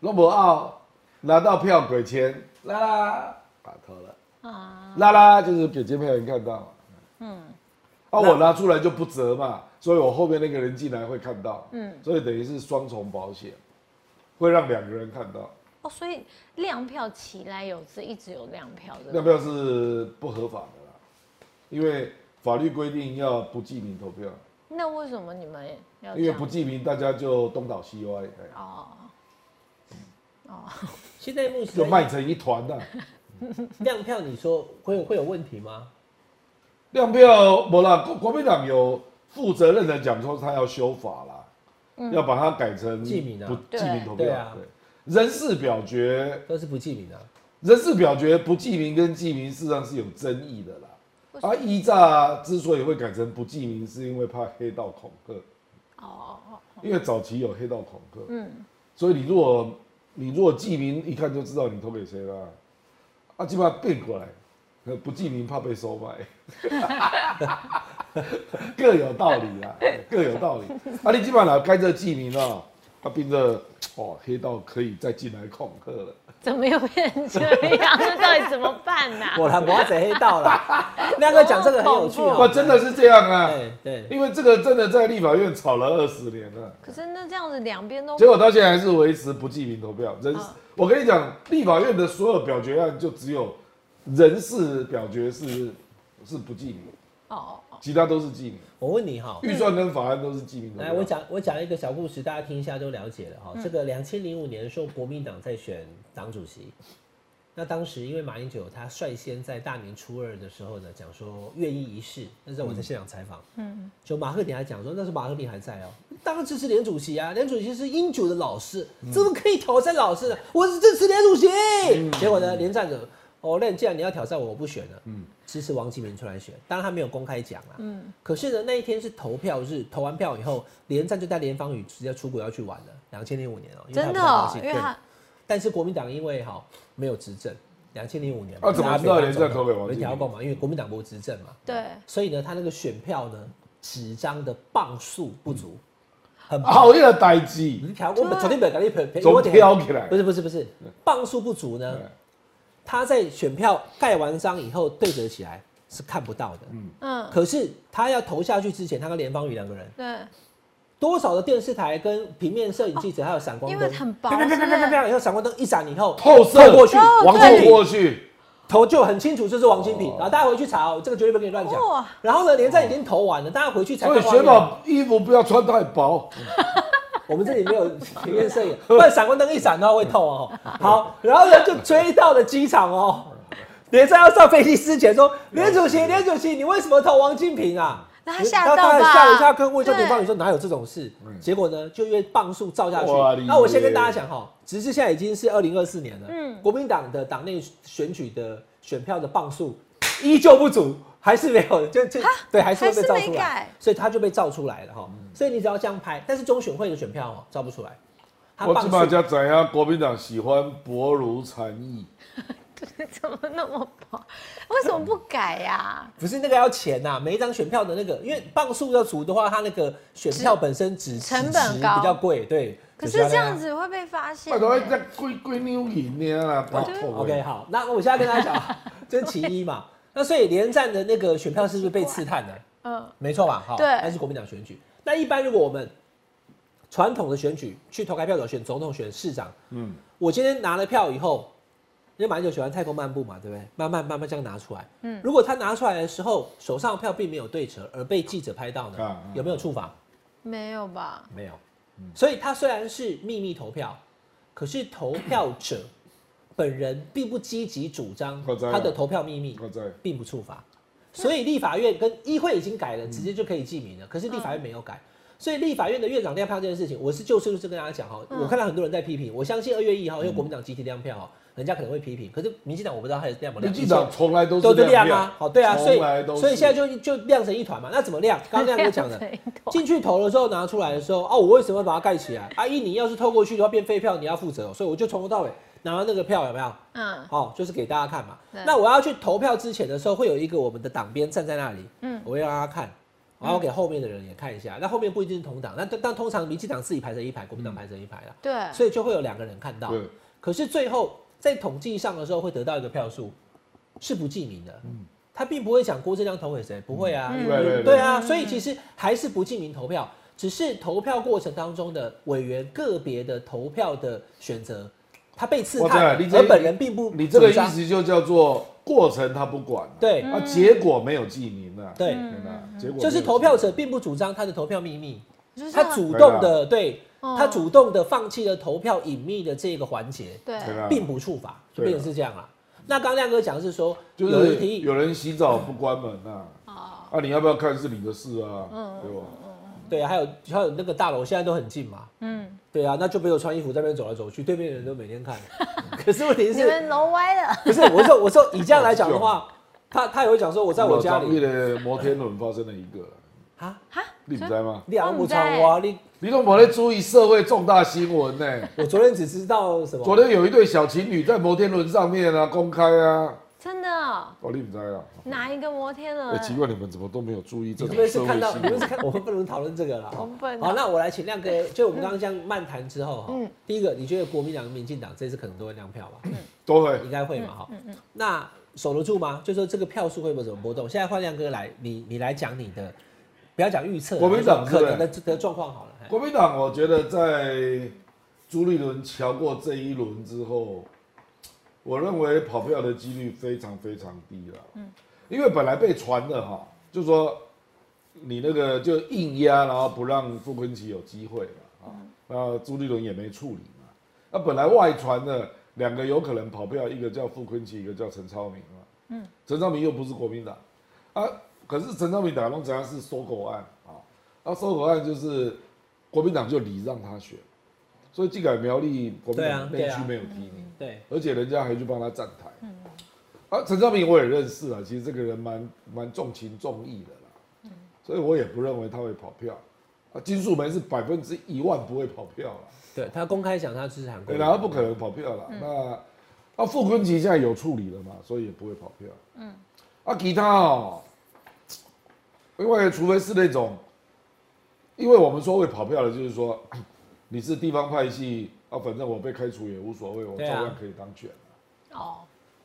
Speaker 3: 拢无奥拿到票鬼签，啦啦，把投了。
Speaker 4: 啊，
Speaker 3: 拉拉就是给监票员看到，嗯，啊，我拿出来就不折嘛，所以我后面那个人进来会看到，嗯，所以等于是双重保险，会让两个人看到，
Speaker 4: 哦，所以亮票起来有是一直有亮票
Speaker 3: 那
Speaker 4: 的，
Speaker 3: 票是不合法的啦，因为法律规定要不记名投票，
Speaker 4: 那为什么你们要这
Speaker 3: 因为
Speaker 4: 样
Speaker 3: 不记名大家就东倒西歪，哎
Speaker 4: 哦哦，
Speaker 2: 现在目
Speaker 3: 就
Speaker 2: 前
Speaker 3: 卖成一团啊呐、
Speaker 2: 亮票，你说会有会有问题吗？
Speaker 3: 亮票没啦，国国民党有负责任的讲说他要修法啦，要把它改成
Speaker 2: 嗯记名啊
Speaker 3: 不记名投票，
Speaker 2: 对对啊
Speaker 3: 人事表决，
Speaker 2: 都是不记名的、啊，
Speaker 3: 人事表决不记名跟记名事实上是有争议的啦。
Speaker 4: 为什
Speaker 3: 啊，依诈之所以会改成不记名，是因为怕黑道恐吓，
Speaker 4: 哦哦哦，
Speaker 3: 因为早期有黑道恐吓，
Speaker 4: 嗯，
Speaker 3: 所以你如果你如果记名，一看就知道你投给谁啦。啊，基本上变过来，呃不记名怕被收买， 各有道理啦，各有道理。啊，你基本上该这记名啊，他变得哦，黑道可以再进来恐吓了。
Speaker 4: 怎么又变成这样？那到底怎么办啊呐、
Speaker 2: 我啦，我要黑道啦。亮哥讲这个很有趣、
Speaker 3: 哇，
Speaker 2: 哦，
Speaker 3: 真的是这样啊！
Speaker 2: 对对，
Speaker 3: 因为这个真的在立法院吵了二十年了，
Speaker 4: 可是那这样子两边都
Speaker 3: 结果到现在还是维持不记名投票。人事
Speaker 4: 啊，
Speaker 3: 我跟你讲，立法院的所有表决案就只有人事表决是是不记名，
Speaker 4: 哦哦
Speaker 3: 其他都是记名，
Speaker 2: 我问你哈、
Speaker 3: 预算跟法案都是记名投
Speaker 2: 哎来，我
Speaker 3: 票。
Speaker 2: 讲我讲一个小故事，大家听一下就了解了哈、这个两千零五年的时候，国民党在选党主席，那当时因为马英九他率先在大年初二的时候呢，讲说愿意一试，那时候我在现场采访，嗯，就马克鼎还讲说，那时候马克鼎还在哦、当然支持连主席啊，连主席是英九的老师，怎么可以挑战老师呢？我是支持连主席。结果呢，连战者。哦，那既然你要挑战我，我不选了。嗯，支持王金明出来选，当然他没有公开讲啦。嗯，可是呢，那一天是投票日，投完票以后，连战就带连方宇直接出国要去玩了。两千零五年哦、因为他
Speaker 4: 真的、
Speaker 2: 不太高
Speaker 4: 哦，
Speaker 2: 兴
Speaker 4: 因为
Speaker 2: 对
Speaker 4: 他
Speaker 2: 但是国民党因为哈没有执政，两千零五年
Speaker 3: 啊怎么知道连战投给王
Speaker 2: 没
Speaker 3: 金平
Speaker 2: 调过嘛，因为国民党不执政嘛，
Speaker 4: 对
Speaker 2: 所以呢，他那个选票呢，纸张的磅数不足，
Speaker 3: 嗯
Speaker 2: 很棒。
Speaker 3: 好一个代志，
Speaker 2: 你调过，昨天没有给你赔赔，
Speaker 3: 啊
Speaker 2: 嗯
Speaker 3: 总嗯
Speaker 2: 我
Speaker 3: 挑起来
Speaker 2: 不是不是不是，磅数不足呢，他在选票盖完章以后对折起来是看不到的。
Speaker 4: 嗯
Speaker 2: 可是他要投下去之前，他跟连方宇两个人，
Speaker 4: 对，
Speaker 2: 多少的电视台跟平面摄影记者还有闪光
Speaker 4: 哦因
Speaker 2: 灯，
Speaker 4: 为很薄
Speaker 2: 啪啪啪啪
Speaker 4: 是不
Speaker 2: 啪
Speaker 4: 是
Speaker 2: 啪，以后闪光灯一闪以后
Speaker 3: 透射
Speaker 2: 过去，
Speaker 4: 哦
Speaker 2: 王
Speaker 4: 对
Speaker 2: 金
Speaker 3: 透
Speaker 2: 平
Speaker 3: 过去，
Speaker 2: 嗯投就很清楚这是王金平
Speaker 3: 哦，
Speaker 2: 然后大家回去查哦，这个绝对不可以乱讲
Speaker 4: 哇。
Speaker 2: 然后呢，连战已经投完了，大家回去才
Speaker 3: 所以
Speaker 2: 看画
Speaker 3: 雪
Speaker 2: 面。
Speaker 3: 宝衣服不要穿太薄，
Speaker 2: 我们这里没有平面摄影， 不然闪光灯一闪的话会痛哦。好，然后呢就追到了机场哦。连战要上飞机之前说：“连主席，连主席，你为什么投王金平啊？”
Speaker 4: 那他吓到吧
Speaker 2: 他当然吓了一下客户，就
Speaker 4: 对
Speaker 2: 对
Speaker 4: 嗯
Speaker 2: 方宇说哪有这种事？结果呢，就因为磅数照下去
Speaker 3: 哇你。
Speaker 2: 那我先跟大家讲哈，直至现在已经是二零二四年了，
Speaker 4: 嗯
Speaker 2: 国民党的党内选举的选票的磅数依旧不足，还是没有，就就对，还是会被照
Speaker 4: 还是
Speaker 2: 出
Speaker 4: 没
Speaker 2: 来
Speaker 4: 改，
Speaker 2: 所以他就被照出来了哈。所以你只要这样拍，但是中选会的选票哦照不出来，他
Speaker 3: 我起
Speaker 2: 磅
Speaker 3: 码
Speaker 2: 数
Speaker 3: 才知影国民党喜欢薄如蝉翼，
Speaker 4: 就是怎么那么薄？为什么不改 啊呀、
Speaker 2: 不是那个要钱呐、每一张选票的那个，因为磅数要足的话，它那个选票本身只
Speaker 4: 成本高
Speaker 2: 比较贵，对。
Speaker 4: 可
Speaker 2: 就是要
Speaker 4: 这样
Speaker 2: 样。
Speaker 4: 子会被发现
Speaker 3: 拜托，
Speaker 4: 欸、
Speaker 3: 那贵贵妞赢的啦，拜托。
Speaker 2: OK，好，那我现在跟大家讲， 这是其一嘛。那所以连战的那个选票是不是被刺探了？
Speaker 4: 嗯，
Speaker 2: 没错吧？好，
Speaker 4: 对
Speaker 2: 那是国民党选举。那一般如果我们传统的选举去投开票所选总统、选市长，
Speaker 3: 嗯，
Speaker 2: 我今天拿了票以后，因为马英九喜欢太空漫步嘛，对不对？慢慢慢慢这样拿出来。嗯，如果他拿出来的时候手上的票并没有对折，而被记者拍到呢，
Speaker 3: 啊啊嗯
Speaker 2: 有没有处罚？
Speaker 4: 没有吧？
Speaker 2: 没有。所以他虽然是秘密投票，可是投票者本人并不积极主张
Speaker 3: 我知道
Speaker 2: 他的投票秘密
Speaker 3: 我知道，
Speaker 2: 并不处罚。所以立法院跟议会已经改了，直接就可以记名了。可是立法院没有改，所以立法院的院长亮票这件事情，我是就事论事跟大家讲哈。我看到很多人在批评，我相信二月一号因为国民党集体亮票哈，人家可能会批评，可是民进党我不知道他亮不亮。
Speaker 3: 民进党从来都
Speaker 2: 都
Speaker 3: 是
Speaker 2: 是亮
Speaker 3: 票
Speaker 2: 啊，好对啊，所以
Speaker 3: 从来都是
Speaker 2: 所以现在就就亮成一团嘛。那怎么亮？刚刚亮哥讲 的
Speaker 4: 亮成一，团
Speaker 2: 进去投的时候拿出来的时候，啊，我为什么把它盖起来？啊，一你要是透过去的话变废票，你要负责哦、所以我就从头到尾拿到那个票有没有？
Speaker 4: 嗯，
Speaker 2: 哦，就是给大家看嘛
Speaker 4: 对。
Speaker 2: 那我要去投票之前的时候，会有一个我们的党鞭站在那里，嗯，我会让他看，然后
Speaker 4: 嗯
Speaker 2: 给后面的人也看一下。那后面不一定是同党，那但但通常民进党自己排成一排，国民党排成一排啦，
Speaker 4: 嗯对，
Speaker 2: 所以就会有两个人看到
Speaker 3: 对。
Speaker 2: 可是最后在统计上的时候，会得到一个票数是不记名的，他并不会讲郭正亮投给谁，不会啊，
Speaker 3: 嗯
Speaker 2: 因
Speaker 3: 对
Speaker 2: 为
Speaker 3: 对
Speaker 2: 对
Speaker 3: 对
Speaker 2: 啊，所以其实还是不记名投票，只是投票过程当中的委员个别的投票的选择，他被刺
Speaker 3: 我知道
Speaker 2: 探
Speaker 3: 你，这
Speaker 2: 而本人并不
Speaker 3: 你这个
Speaker 2: 主
Speaker 3: 意
Speaker 2: 张
Speaker 3: 思就叫做过程他不管啊，
Speaker 2: 对
Speaker 3: 啊，结果没有记名啊，
Speaker 2: 对
Speaker 3: 啊，结果没有
Speaker 2: 就是
Speaker 3: 记
Speaker 2: 投票者
Speaker 3: 名
Speaker 2: 并不主张他的投票秘密，
Speaker 4: 就是
Speaker 2: 他主动的
Speaker 3: 啊
Speaker 2: 对
Speaker 4: 哦
Speaker 2: 他主动的放弃了投票隐秘的这个环节，
Speaker 4: 对
Speaker 3: 对啊
Speaker 2: 并不触法，就
Speaker 3: 对啊
Speaker 2: 变成是这样了。那刚亮哥讲的是说，
Speaker 3: 就
Speaker 2: 有人
Speaker 3: 是
Speaker 2: 提议
Speaker 3: 有人洗澡不关门啊，啊，你要不要看是你的事啊，对吧？
Speaker 2: 对啊，还有还有那个大楼现在都很近嘛，嗯，对啊，那就没有穿衣服在那边走来走去，对面的人都每天 看。可是问题
Speaker 4: 你
Speaker 2: 是，
Speaker 4: 们楼歪了，
Speaker 2: 不是我说我说以这样来讲的话，他他也会讲说我在我家里
Speaker 3: 的摩天轮发生了一个，
Speaker 2: 啊，
Speaker 3: 你不知道吗？
Speaker 2: 你两不
Speaker 4: 我
Speaker 2: 穿
Speaker 4: 不知道
Speaker 2: 哇，啊你
Speaker 3: 你都没在注意社会重大新闻呢、
Speaker 2: 我昨天只知道什么？
Speaker 3: 昨天有一对小情侣在摩天轮上面啊，公开啊，
Speaker 4: 真的哦
Speaker 3: 哦，你不知道啊？
Speaker 4: 哪一个摩天
Speaker 3: 哎、
Speaker 4: 轮？
Speaker 3: 奇怪，你们怎么都没有注意这
Speaker 2: 你
Speaker 3: 种
Speaker 2: 们是
Speaker 3: 社
Speaker 2: 看
Speaker 3: 会
Speaker 2: 到，
Speaker 3: 新
Speaker 2: 你们
Speaker 3: 闻
Speaker 2: 是？看，我们不能讨论这个了。
Speaker 4: 我们不能嗯
Speaker 2: 好，那我来请亮哥，就我们刚刚这样漫谈之后哈，第一个，你觉得国民党、民进党这次可能都会亮票吧？
Speaker 3: 都会
Speaker 2: 应该会嘛哈。那守得住吗？就说这个票数会不会有什么波动？现在换亮哥来，你你来讲你的，不要讲预测啊，
Speaker 3: 国民党
Speaker 2: 就是可能
Speaker 3: 对
Speaker 2: 的的状况好了。嘿
Speaker 3: 国民党，我觉得在朱立伦瞧过这一轮之后，我认为跑票的几率非常非常低了。嗯，因为本来被传的哈，就说你那个就硬压，然后不让傅昆奇有机会嘛，啊，
Speaker 2: 嗯
Speaker 3: 那朱立伦也没处理嘛。那啊本来外传的两个有可能跑票，一个叫傅昆奇，一个叫陈超明嘛。嗯，陈超明又不是国民党啊，可是陈超明打龙怎样是收狗案啊？那收狗案就是国民党就礼让他选，所以既改苗栗国民
Speaker 2: 对啊
Speaker 3: 党
Speaker 2: 对
Speaker 3: 内
Speaker 2: 啊
Speaker 3: 区没有提名。
Speaker 2: 对，
Speaker 3: 而且人家还去帮他站台。啊，陈兆明我也认识啊，其实这个人蛮蛮重情重义的啦，所以我也不认为他会跑票。啊，金素梅是百分之一万不会跑票了，
Speaker 2: 对他公开讲他支持韩国
Speaker 3: 对
Speaker 2: 瑜，
Speaker 3: 啦，他不可能跑票了。那啊，傅昆奇现在有处理了嘛，所以也不会跑票。嗯，啊，其他哦，因为除非是那种，因为我们说会跑票的，就是说你是地方派系啊，反正我被开除也无所谓，我照
Speaker 2: 对啊
Speaker 3: 样可以当选。
Speaker 4: 哦，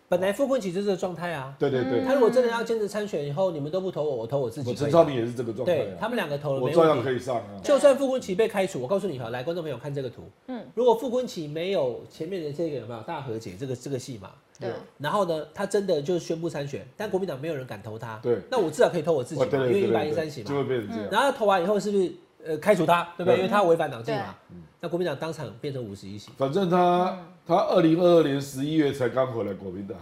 Speaker 2: 本来傅昆萁就是这个状态啊。
Speaker 3: 对对对，
Speaker 2: 他如果真的要坚持参选，以后你们都不投我，我投我自己可
Speaker 3: 我
Speaker 2: 以啊。
Speaker 3: 陈超明也是这个状态、
Speaker 2: 对
Speaker 3: 啊，
Speaker 2: 他们两个投了
Speaker 3: 我
Speaker 2: 没
Speaker 3: 照
Speaker 2: 问
Speaker 3: 样
Speaker 2: 题
Speaker 3: 可。以上啊。
Speaker 2: 就算傅昆萁被开除，我告诉你哈，来观众朋友看这个图，嗯，如果傅昆萁没有前面的这个有没有大和解这个这个戏码，
Speaker 4: 对，
Speaker 2: 然后呢，他真的就宣布参选，但国民党没有人敢投他，
Speaker 3: 对
Speaker 2: 那我至少可以投我自己
Speaker 3: 哇
Speaker 2: 嘛，因为一百一三席
Speaker 3: 哦对，就会
Speaker 2: 嘛，
Speaker 3: 变成这样。
Speaker 2: 然后投完以后是不是呃开除他，对不对？
Speaker 3: 对嗯
Speaker 2: 因为他违反党纪嘛，那国民党当场变成五十一席，
Speaker 3: 反正他、他二零二二年十一月才刚回来国民党，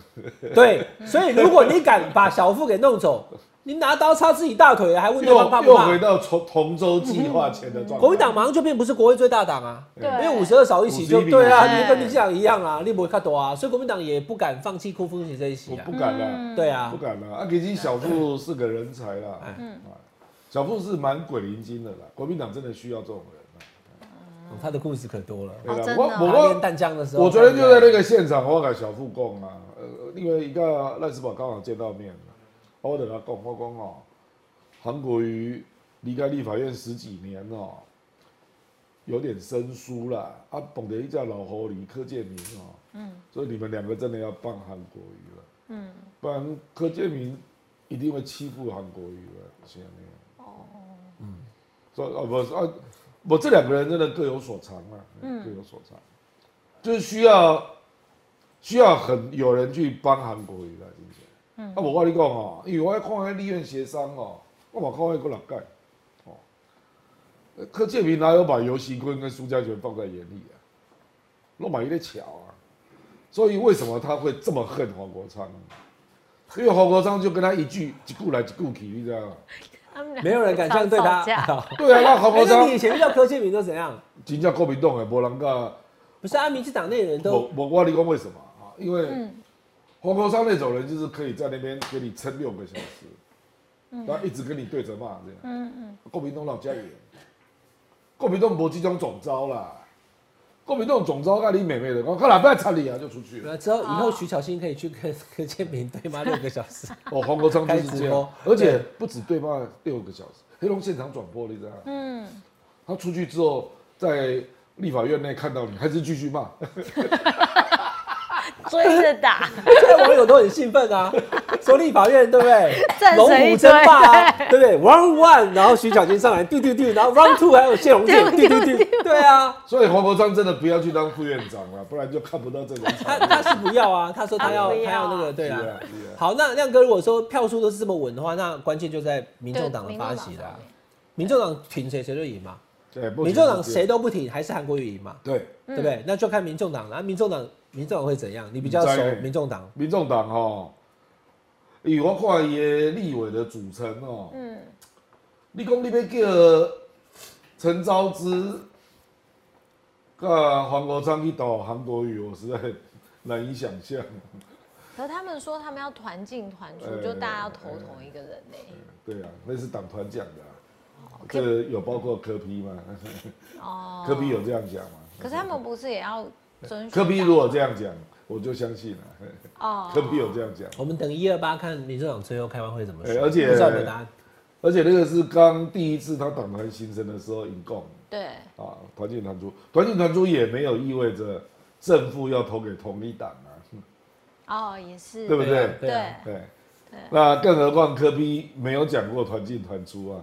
Speaker 2: 对，所以如果你敢把小傅给弄走，你拿刀插自己大腿，还问对方怕
Speaker 3: 又
Speaker 2: 不
Speaker 3: 又
Speaker 2: 怕嗯
Speaker 3: 回？到同同舟计划前的状态。
Speaker 2: 国民党马上就变不是国会最大党啊，
Speaker 4: 对
Speaker 2: 因为五十二少一席就
Speaker 3: 51比
Speaker 2: 对啊，
Speaker 4: 51
Speaker 2: 你就跟民进党一样啊，立博看多啊，所以国民党也不敢放弃郭富城这一席
Speaker 3: 我
Speaker 2: 啊
Speaker 3: 不，敢了，
Speaker 2: 对啊
Speaker 4: 嗯
Speaker 3: 不，敢了。啊，其实小富是个人才啦，嗯，小富是蛮鬼灵精的啦。国民党真的需要这种人
Speaker 2: 哦他的故事可多了。
Speaker 3: 啊，
Speaker 4: 哦
Speaker 3: 对
Speaker 4: 真
Speaker 3: 啦。
Speaker 4: 的
Speaker 3: 我
Speaker 4: 哦
Speaker 3: 我
Speaker 2: 打炼
Speaker 3: 我
Speaker 2: 淡江的时候，
Speaker 3: 我昨天就在那个现场，我给小富供啊，呃，另外一个赖世宝刚好见到面了，我跟他讲，我讲哦，韩国瑜离开立法院十几年哦，有点生疏了，啊，捧着一架老狐狸柯建明哦，嗯，所以你们两个真的要帮韩国瑜了，嗯，不然柯建明一定会欺负韩国瑜了，现在没有。所以啊不是啊，我这两个人真的各有所长啊，各有所长，就是需要需要很有人去帮韩国瑜啦，真正。嗯，啊，我跟你讲哦，因为我看迄立院协商哦，我嘛看迄个六届，哦，呃柯建明哪有把游锡坤跟苏家全放在眼里啊？落马一个巧啊，所以为什么他会这么恨黄国昌？因为黄国昌就跟他一句一句来一句去，你知道吗？
Speaker 4: 他们俩
Speaker 2: 没有人敢这样对
Speaker 4: 常
Speaker 2: 他
Speaker 4: 吵。架
Speaker 3: 对啊，那黄
Speaker 2: 哎
Speaker 3: 国
Speaker 2: 那
Speaker 3: 昌
Speaker 2: 你以前遇到柯建明都怎样？
Speaker 3: 真正国民党诶，无人甲。
Speaker 2: 不是啊，民进党内的 人都
Speaker 3: 我我我跟你讲为什么啊？因为黄国昌那种人就是可以在那边给你撑六个小时，然后一直跟你对着骂这样。嗯嗯。国民党老家也，国民党无这种总招啦。国民党总招，那你妹妹的，我看老不要插你啊，就出去了。
Speaker 2: 那呃之后以后徐巧芯可以去跟柯建明对骂六个小时。
Speaker 3: 哦，黄国昌就是这
Speaker 2: 开直
Speaker 3: 样
Speaker 2: 播，
Speaker 3: 而且不止对骂六个小时，黑龙现场转播，你知道吗？嗯。他出去之后，在立法院内看到你，还是继续骂。
Speaker 4: 追着打，
Speaker 2: 现在网友都很兴奋啊，说立法院对不对？
Speaker 4: 战
Speaker 2: 龙
Speaker 4: 神一
Speaker 2: 虎争霸啊，对不对？Round one，然后徐小军上来，丢丢丢，然后 Round two 还有谢龙介，丢丢丢，对啊，
Speaker 3: 所以黄国昌真的不要去当副院长了，不然就看不到这种
Speaker 2: 他
Speaker 3: 场
Speaker 2: 他
Speaker 3: 面。
Speaker 2: 是不要啊，他说他要
Speaker 4: 他
Speaker 2: 他
Speaker 4: 不要啊
Speaker 2: 要那个，对啊
Speaker 3: 是。啊，是啊
Speaker 2: 好，那亮哥，如果说票数都是这么稳的话，那关键就在民众党的发起啦。民众党挺谁谁就赢嘛，
Speaker 3: 对，目前
Speaker 2: 民众党
Speaker 3: 是
Speaker 2: 谁都不挺，还是韩国瑜赢嘛，
Speaker 3: 对？
Speaker 2: 对
Speaker 4: 嗯
Speaker 2: 不对？那就看民众党了。啊民众党，民众党会怎样？你比较
Speaker 3: 不知
Speaker 2: 熟
Speaker 3: 道欸
Speaker 2: 民众党，
Speaker 3: 民众党哦，以我看伊的立委的组成哦，嗯，你讲你要叫陈昭之、甲黄国昌去导韩国瑜，我实在难以想象。
Speaker 4: 可他们说他们要团进团出，
Speaker 3: 哎
Speaker 2: 呃
Speaker 4: 就大家要投同一个人呢、
Speaker 2: 嗯
Speaker 3: 对啊，那是党团讲的、啊，这个有包括柯批吗？
Speaker 2: 嗯
Speaker 4: 哦，
Speaker 3: 柯批有这样讲吗？
Speaker 4: 可是他们不是也要遵守？
Speaker 3: 柯批如果这样讲，我就相信了。
Speaker 4: 哦，
Speaker 3: 柯批有这样讲。
Speaker 2: 我们等一二八看民众党最后开完会怎么说。
Speaker 3: 哎而且
Speaker 2: 不知道有没有答案。
Speaker 3: 而且那个是刚第一次他党团形成的时候引供
Speaker 4: 对，
Speaker 3: 啊，团进团出，团进团出也没有意味着正负要投给同一党啊，
Speaker 4: 哦，也是，
Speaker 3: 对不对？
Speaker 2: 对啊
Speaker 3: 对。那更何况柯比没有讲过团进团出啊。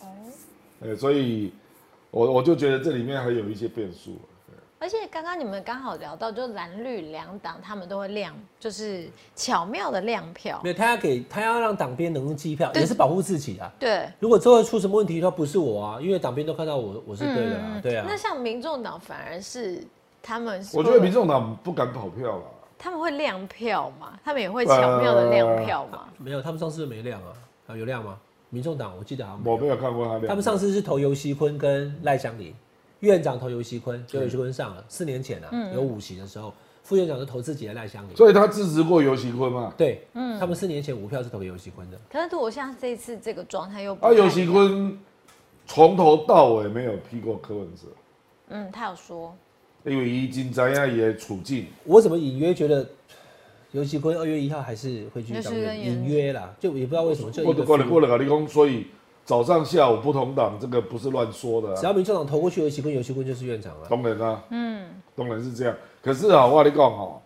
Speaker 3: 哦。所以我我就觉得这里面还有一些变数啊、
Speaker 4: 而且刚刚你们刚好聊到，就蓝绿两党他们都会亮，就是巧妙的亮票
Speaker 2: 没，有，他要给他要让党鞭能够计票，
Speaker 4: 对
Speaker 2: 也是保护自己啊。
Speaker 4: 对。
Speaker 2: 如果最后出什么问题，他不是我啊，因为党鞭都看到我，我是对的啊，对啊
Speaker 4: 嗯那。像民众党反而是他们是
Speaker 3: 我
Speaker 4: 会，
Speaker 3: 觉得民众党不敢跑票了。
Speaker 4: 他们会亮票嘛，他们也会巧妙的亮票嘛。
Speaker 2: 没有，他们上次没亮啊，啊有亮吗？民众党我记得好像没
Speaker 3: 我
Speaker 2: 有
Speaker 3: 没有看过他俩。
Speaker 2: 他们上次是投游锡坤跟赖香林，院长投游锡坤，就游锡坤上了，四年前啊，
Speaker 4: 嗯
Speaker 2: 有五席的时候，副院长就投自己的赖香林。
Speaker 3: 所以他支持过游锡坤嘛？
Speaker 2: 对，
Speaker 4: 嗯
Speaker 2: 他们四年前五票是投给游锡坤的，
Speaker 4: 可是如果像这一次这个状态又不
Speaker 3: 啊，
Speaker 4: 太
Speaker 3: 尤锡坤从头到尾没有批过柯文哲，
Speaker 4: 嗯，他有说，
Speaker 3: 因为伊已经知影伊的处境，
Speaker 2: 我怎么隐约觉得游锡坤二月一号还是会继续当
Speaker 4: 那是跟
Speaker 2: 院，
Speaker 4: 原
Speaker 2: 隐约啦，就也不知道为什么，就
Speaker 3: 我
Speaker 2: 一个
Speaker 3: 过来
Speaker 2: feel
Speaker 3: 过来跟你讲，所以早上下午不同党，这个不是乱说的、
Speaker 2: 只
Speaker 3: 啊，
Speaker 2: 要民众党投过去游锡坤，游锡坤就是院长了。
Speaker 3: 当然啊，嗯，当然是这样。可是啊，我跟你讲哦，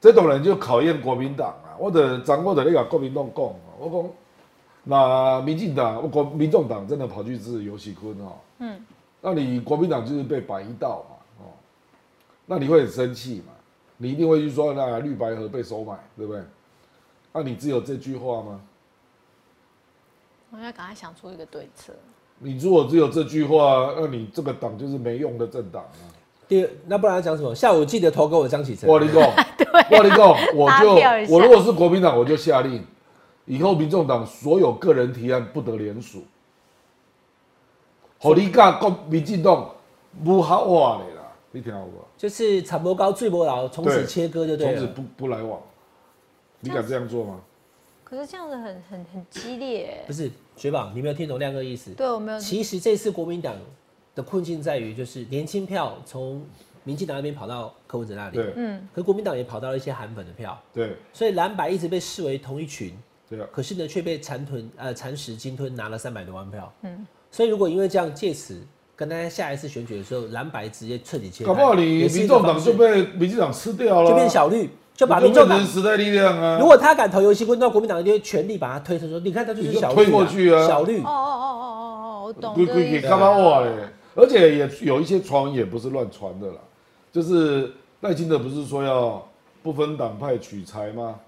Speaker 3: 这种人就考验国民党啊，我的掌握的那个国民党讲哦，我讲那民进党，我国民众党真的跑去支持游锡坤哦，嗯，那你国民党就是被摆一道嘛，哦，那你会很生气嘛？你一定会去说那绿白河被收买，对不对？那你只有这句话吗？
Speaker 4: 我要赶快想出一个对策。
Speaker 3: 你如果只有这句话，那你这个党就是没用的政党啊！
Speaker 2: 第二，那不然要讲什么？下午记得投给我张启成。啊
Speaker 3: 我跟你讲， 我跟你讲，我
Speaker 4: 拉票一
Speaker 3: 就
Speaker 4: 下
Speaker 3: 我如果是国民党，我就下令，以后民众党所有个人提案不得联署，好你讲国民进党不好话的啦，你听好不？
Speaker 2: 就是产谋高，罪谋老，从此
Speaker 3: 对
Speaker 2: 切割就对
Speaker 3: 从此
Speaker 2: 了。
Speaker 3: 不不来往，你敢这样做吗？
Speaker 4: 可是这样子很很很激烈
Speaker 2: 不，是，学宝，你没有听懂亮哥意思。
Speaker 4: 对我没有
Speaker 2: 其实这次国民党的困境在于，就是年轻票从民进党那边跑到柯文哲那里，
Speaker 3: 对
Speaker 4: 嗯，
Speaker 2: 可国民党也跑到了一些韩粉的票，
Speaker 3: 对
Speaker 2: 所以蓝白一直被视为同一群，
Speaker 3: 对啊，
Speaker 2: 可是呢却被蚕吞呃蚕食鲸吞拿了三百多万票，嗯，所以如果因为这样借此跟大家下一次选举的时候蓝白直接彻底切开，
Speaker 3: 搞不好你
Speaker 2: 也是一
Speaker 3: 民
Speaker 2: 个
Speaker 3: 众
Speaker 2: 方
Speaker 3: 党
Speaker 2: 式
Speaker 3: 就被民进党吃掉了，啊
Speaker 2: 就变，小绿，就把民
Speaker 3: 众
Speaker 2: 众党。
Speaker 3: 时代力量啊，
Speaker 2: 如果他敢投游戏棍，那国民党就会全力把他推成说，你看他就是
Speaker 3: 你就
Speaker 2: 小绿、
Speaker 3: 推过去啊
Speaker 2: 小绿
Speaker 4: 哦哦。哦哦哦哦，我懂
Speaker 3: 规
Speaker 4: 这个
Speaker 3: 规
Speaker 4: 意
Speaker 3: 给
Speaker 4: 思
Speaker 3: 干嘛哇嘞？而且也有一些传也不是乱传的啦，就是赖清德不是说要不分党派取材吗？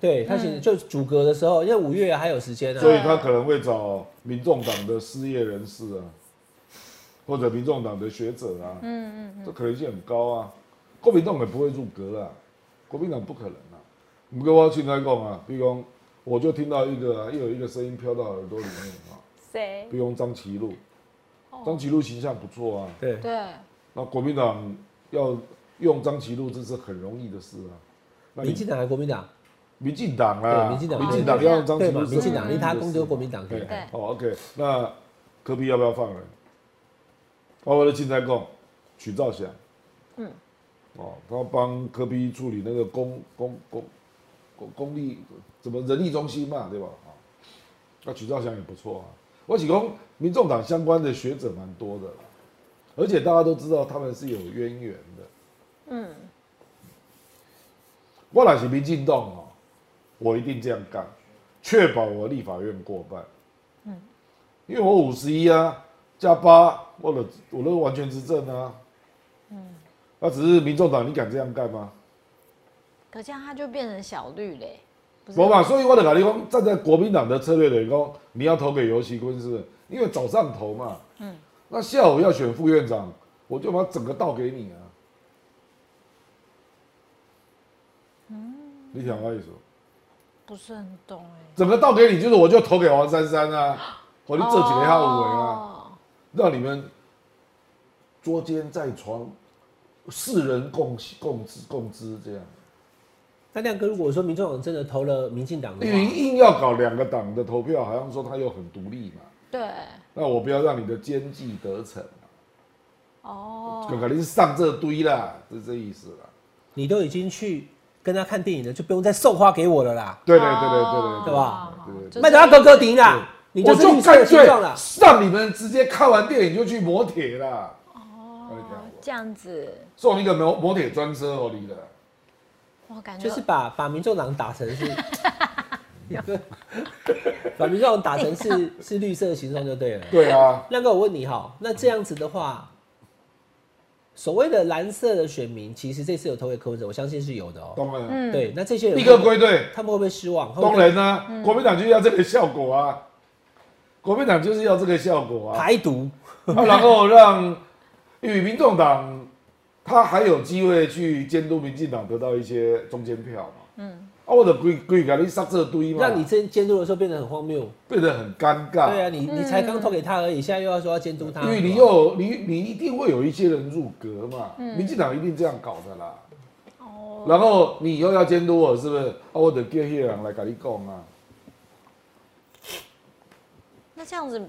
Speaker 2: 对他现在就阻隔的时候，因为五月还有时间
Speaker 3: 所以
Speaker 2: 啊。
Speaker 3: 他可能会找民众党的失业人士啊，或者民众党的学者啊，嗯嗯，这可能性很高啊。国民党也不会入阁啦，国民党不可能啊。唔跟我去那讲啊，比如讲，我就听到一个、啊、又有一个声音飘到耳朵里面啊，
Speaker 4: 谁？
Speaker 3: 比如讲张其禄，张其禄形象不错啊，
Speaker 2: 对，
Speaker 4: 对，
Speaker 3: 那国民党要用张其禄，这是很容易的事啊。那
Speaker 2: 民进党还是国民党，
Speaker 3: 民进党
Speaker 2: 对
Speaker 3: 啊，
Speaker 2: 民进党
Speaker 3: 民进党要用张其
Speaker 2: 对
Speaker 3: 禄
Speaker 2: 嘛？
Speaker 3: 是很容易的事，
Speaker 2: 民进党，因为他攻
Speaker 3: 就
Speaker 2: 丢国民党，对
Speaker 3: 对
Speaker 2: 不对，
Speaker 3: 好，OK，那科比要不要放人？包括的竞赛共许兆祥，嗯，哦，他帮科比处理那个公公公公公立怎么人力中心嘛，对吧？啊、那许兆祥也不错啊。我只供民众党相关的学者蛮多的啦，而且大家都知道他们是有渊源的。嗯，我若是民进党哦，我一定这样干，确保我立法院过半。因为我五十一啊，加八，我的我的完全执政啊。那只是民众党，你敢这样干吗？
Speaker 4: 可这样他就变成小绿嘞，不啊
Speaker 3: 我嘛，所以我的跟你讲，站在国民党的策略里讲，你要投给尤其坤是不是，因为早上投嘛，那下午要选副院长，我就把整个倒给你啊。你想我意思？
Speaker 4: 不是很懂哎。
Speaker 3: 整个倒给你，就是我就投给黄珊珊啊，我就这几个下五位啊。
Speaker 4: 哦，
Speaker 3: 让你们捉奸在床，四人共共知共知这样，
Speaker 2: 那亮哥，如果说民众党真的投了民进党的
Speaker 3: 因
Speaker 2: 话
Speaker 3: 为，硬要搞两个党的投票，好像说他又很独立嘛，
Speaker 4: 对，
Speaker 3: 那我不要让你的奸计得逞啊，
Speaker 4: 哦，
Speaker 3: 就肯定是上这堆啦，是这意思啦。
Speaker 2: 你都已经去跟他看电影了，就不用再送花给我了啦，
Speaker 3: 对对对对对对
Speaker 2: 对
Speaker 3: 对，
Speaker 2: 吧？
Speaker 3: 对对对
Speaker 4: 就是
Speaker 2: 麦德拉哥哥迪啦，你就
Speaker 3: 嗯我
Speaker 2: 是绿
Speaker 3: 就
Speaker 2: 色
Speaker 3: 干
Speaker 2: 的形
Speaker 3: 脆
Speaker 2: 状啦。
Speaker 3: 让你们直接看完电影就去磨铁啦，哎
Speaker 4: 哦，这样子，
Speaker 3: 送一个磨磨铁专车哦，你的。
Speaker 4: 我感觉
Speaker 2: 就是把把民众党打成是， 把民众党打成是 是绿色的形状就对了。
Speaker 3: 对啊，
Speaker 2: 亮哥，我问你哈，那这样子的话，所谓的蓝色的选民，其实这次有投给柯文哲，我相信是有的哦、
Speaker 3: 懂了，
Speaker 4: 嗯
Speaker 2: 对，那这些人
Speaker 3: 立刻归队。
Speaker 2: 他们会不会失望？会不
Speaker 3: 当
Speaker 2: 会
Speaker 3: 然啦、
Speaker 2: 嗯
Speaker 3: 国民党就是要这个效果啊，国民党就是要这个效果啊，
Speaker 2: 排毒，
Speaker 3: 啊然后让因为民众党他还有机会去监督民进党得到一些中间票嘛，嗯，啊，我的规规给你杀这堆嘛，
Speaker 2: 让你监监督的时候变得很荒谬。
Speaker 3: 变得很尴尬，
Speaker 2: 对啊，嗯你你才刚投给他而已，现在又要说要监督他，
Speaker 3: 因为你又有你你一定会有一些人入阁嘛，
Speaker 2: 嗯
Speaker 3: 民进党一定这样搞的啦，
Speaker 4: 哦，
Speaker 3: 然后你又要监督我是不是？啊，我得叫那些人来跟你讲啊，
Speaker 4: 那这样子，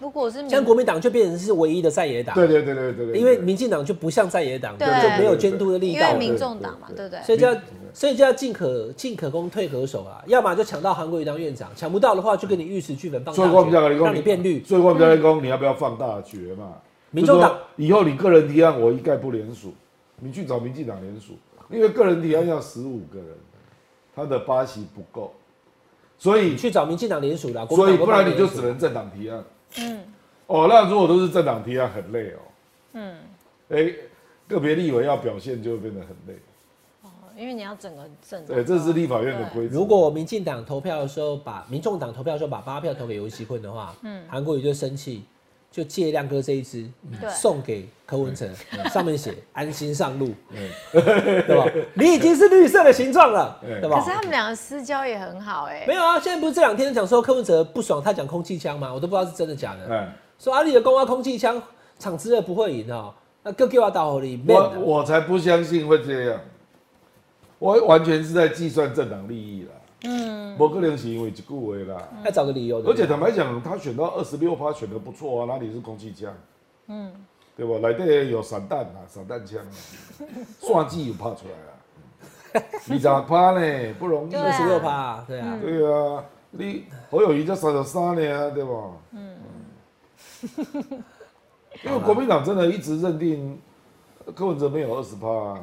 Speaker 4: 如果是民
Speaker 2: 像国民党就变成是唯一的在野党，
Speaker 3: 对对对对对对，
Speaker 2: 因为民进党就不像在野党，就
Speaker 4: 对
Speaker 2: 没有监督的力
Speaker 4: 因
Speaker 2: 道
Speaker 4: 为
Speaker 2: 了。
Speaker 4: 民众党嘛，对不对？
Speaker 2: 所以就要，所以就要进可进可攻，退可守啊。要么就抢到韩国瑜当院长，抢不到的话就跟你玉石俱焚，放
Speaker 3: 所以
Speaker 2: 大
Speaker 3: 我们在
Speaker 2: 决
Speaker 3: 跟你讲，
Speaker 2: 让你变绿。嗯
Speaker 3: 所以我们在跟你讲，你要不要放大决嘛？
Speaker 2: 民众党
Speaker 3: 就说以后你个人提案，我一概不联署，你去找民进党联署，因为个人提案要十五个人，他的八席不够，所以
Speaker 2: 你去找民进党联署啦，国民
Speaker 3: 所以
Speaker 2: 党
Speaker 3: 不然你
Speaker 2: 国
Speaker 3: 就
Speaker 2: 民
Speaker 3: 只
Speaker 2: 党联署
Speaker 3: 能政党提案。哦，那如果都是政党提案，很累哦。嗯，哎、个别立委要表现就会变得很累。
Speaker 4: 因为你要整个政党
Speaker 3: 对，这是立法院的规则。
Speaker 2: 如果民进党投票的时候把民众党投票的时候把八票投给尤熙坤的话，嗯，韩国瑜就生气，就借亮哥这一支嗯
Speaker 4: 对
Speaker 2: 送给柯文哲，嗯上面写安心上路，
Speaker 3: 嗯
Speaker 2: 对吧？你已经是绿色的形状了，
Speaker 3: 嗯
Speaker 2: 对吧？
Speaker 4: 可是他们两个私交也很好哎、
Speaker 2: 没有啊，现在不是这两天讲说柯文哲不爽，他讲空气枪吗？我都不知道是真的假的。
Speaker 3: 哎，
Speaker 2: 说阿里的公安空气枪场之热不会赢哦，那哥给我打火力面
Speaker 3: 我我才不相信会这样，我完全是在计算政党利益啦。嗯，我个人是因为一句话啦，
Speaker 2: 要找个理由的。
Speaker 3: 而且坦白讲，他选到二十六趴选的不错啊，哪里是空气枪？嗯，对不？内底有散弹啊，散弹枪啊，算计有拍出来啊，二十趴呢不容易。
Speaker 4: 对
Speaker 2: 二
Speaker 4: 啊嗯
Speaker 2: 十六趴，对啊，
Speaker 3: 对啊，你侯友谊才三十三年，对不？嗯。因为国民党真的一直认定呃柯文哲没有二十趴，啊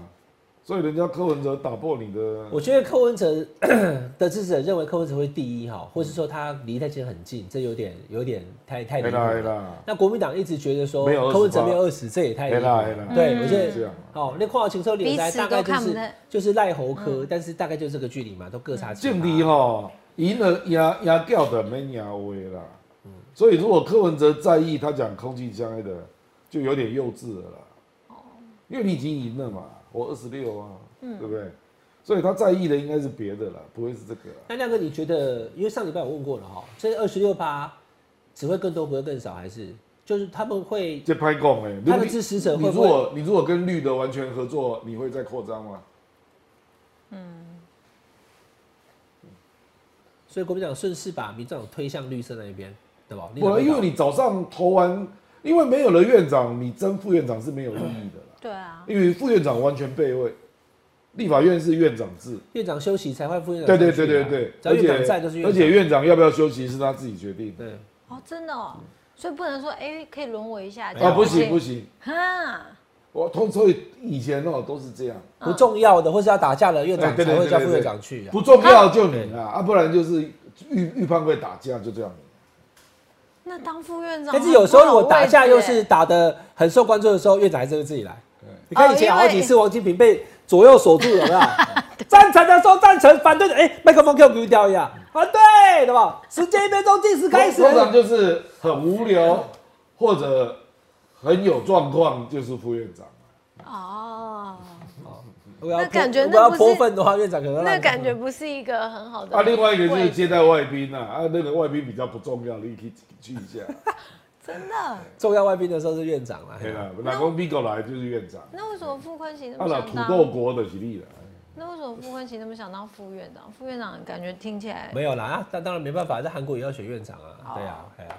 Speaker 3: 所以人家柯文哲打破你的
Speaker 2: 我觉得柯文哲 的支持者认为柯文哲会第一哈，或是说他离赖清德很近，这有点有点太太离谱
Speaker 3: 嘿啦嘿
Speaker 2: 了
Speaker 3: 啦。
Speaker 2: 那国民党一直觉得说
Speaker 3: 没有
Speaker 2: 柯文哲
Speaker 3: 28
Speaker 2: 没有二十，这也太离谱
Speaker 3: 嘿啦嘿
Speaker 2: 了
Speaker 3: 啦。
Speaker 2: 对，我觉
Speaker 3: 这
Speaker 2: 得
Speaker 3: 样
Speaker 2: 好，那跨情车联赛
Speaker 4: 嗯彼此
Speaker 2: 大
Speaker 4: 都
Speaker 2: 概就
Speaker 4: 看不
Speaker 2: 是
Speaker 4: 太嗯
Speaker 2: 就是赖侯科，但是大概就这个距离嘛，都各差几
Speaker 3: 劲
Speaker 2: 码。
Speaker 3: 敌哈，赢了赢赢掉的没赢威啦。所以如果柯文哲在意他讲空气相爱的，就有点幼稚了啦。因为你已经赢了嘛，我二十六啊，对不对？所以他在意的应该是别的啦，不会是这个啦。啊
Speaker 2: 那亮哥，你觉得，因为上礼拜我问过了哈，这二十六趴只会更多不会更少，还是就是他们会
Speaker 3: 这拍供哎，
Speaker 2: 他的支持者
Speaker 3: 你
Speaker 2: 会
Speaker 3: 如
Speaker 2: 不会
Speaker 3: 果你如果跟绿的完全合作，你会再扩张吗？
Speaker 2: 所以国民党顺势把民众党推向绿色那一边，对吧？
Speaker 3: 不，
Speaker 2: 党
Speaker 3: 因为你早上投完，因为没有了院长，你争副院长是没有意义的啦，嗯
Speaker 4: 对啊，
Speaker 3: 因为副院长完全被位，立法院是院长制。
Speaker 2: 院长休息才换副院长
Speaker 3: 对
Speaker 2: 上去
Speaker 3: 对
Speaker 2: 啊、
Speaker 3: 对对对，
Speaker 2: 只要
Speaker 3: 而
Speaker 2: 院长
Speaker 3: 且
Speaker 2: 在就是院
Speaker 3: 而
Speaker 2: 长。
Speaker 3: 且院长要不要休息是他自己决定的。
Speaker 2: 对，
Speaker 4: 哦，真的哦，所以不能说哎，可以轮我一下这
Speaker 3: 啊，
Speaker 4: 样
Speaker 3: 不行不，行，
Speaker 4: 哈，
Speaker 3: 我通所以以前哦都是这样，
Speaker 2: 不重要的或是要打架的院
Speaker 3: 哎
Speaker 2: 长
Speaker 3: 对对
Speaker 2: 才会
Speaker 3: 对
Speaker 2: 叫
Speaker 3: 对
Speaker 2: 副
Speaker 3: 对
Speaker 2: 院长去啊。
Speaker 3: 不重要就你啦，啊，不然就是预预判会打架，就这样。
Speaker 4: 那当副院长，
Speaker 2: 但是有时候如果打架又
Speaker 4: 又
Speaker 2: 是打的很受关注的时候，院长还是会自己来。你看
Speaker 4: 哦
Speaker 2: 以前
Speaker 4: 因
Speaker 2: 好
Speaker 4: 为
Speaker 2: 几次王金平被左右锁住，有 没有？赞成的说赞成，反对的哎，麦克风给我丢掉一下，反对，对吧？时间一分钟计时开始。
Speaker 3: 通常就是很无聊 或者很有状况，就是副院长。
Speaker 4: 哦，
Speaker 2: 我要
Speaker 4: 那
Speaker 2: 泼
Speaker 4: 感觉
Speaker 2: 如
Speaker 4: 那
Speaker 2: 果要
Speaker 4: 不是
Speaker 2: 泼粪的话，院长可能要
Speaker 4: 那
Speaker 2: 让
Speaker 4: 感觉不是一个很好的
Speaker 3: 啊，另外一个就是
Speaker 4: 位置
Speaker 3: 接待外宾啊，啊，那个外宾比较不重要，你可以去一 下。
Speaker 4: 真的。
Speaker 2: 重要外宾的时候是院长啦。
Speaker 3: 对啦，老公 Bigo 来就是院长，
Speaker 4: 那为什么傅昆萁那
Speaker 3: 啊，
Speaker 4: 么
Speaker 3: 那
Speaker 4: 想
Speaker 3: 土
Speaker 4: 当？
Speaker 3: 豆国的是你啦。
Speaker 4: 那为什么傅昆萁那么想当副院长？副院长感觉听起来
Speaker 2: 没有啦，啊但当然没办法，在韩国也要选院长啊。对啊，对啊。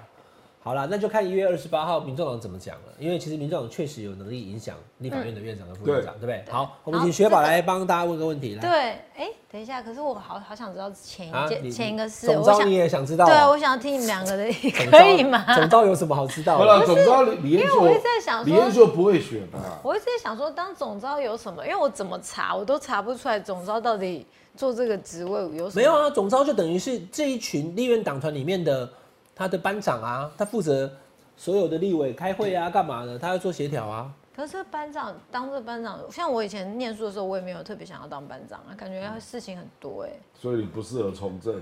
Speaker 2: 好啦，那就看一月二十八号民众党怎么讲了，因为其实民众党确实有能力影响立法院的院长跟副院长，对不对？好，我们
Speaker 4: 然后
Speaker 2: 请学宝
Speaker 4: 这个
Speaker 2: 来帮大家问个问题
Speaker 4: 对
Speaker 2: 来。。
Speaker 4: 哎，等一下，可是我好好想知道前
Speaker 2: 啊
Speaker 4: 一件、
Speaker 2: 你
Speaker 4: 前一个事，
Speaker 2: 总
Speaker 4: 我
Speaker 2: 招
Speaker 4: 想
Speaker 2: 你也想知道
Speaker 4: 对，
Speaker 2: 啊？
Speaker 4: 我想要听你们两个的，
Speaker 2: 总招
Speaker 4: 可以吗？
Speaker 2: 总招有什么好知道
Speaker 3: 好
Speaker 2: 的？
Speaker 3: 了，总之啊李彦
Speaker 4: 哦因为我一直
Speaker 3: 秀，
Speaker 4: 在想
Speaker 3: 李彦
Speaker 4: 说。
Speaker 3: 秀不会选啊。
Speaker 4: 我一直在想说，当总招有什么？因为我怎么查，我都查不出来总招到底做这个职位有什么。
Speaker 2: 没有啊，总招就等于是这一群立院党团里面的他的班长啊，他负责所有的立委开会啊，干嘛的？他要做协调啊。
Speaker 4: 可是班长当这班长，像我以前念书的时候，我也没有特别想要当班长啊，感觉
Speaker 2: 嗯
Speaker 4: 事情很多哎、
Speaker 3: 所以你不适合从 政，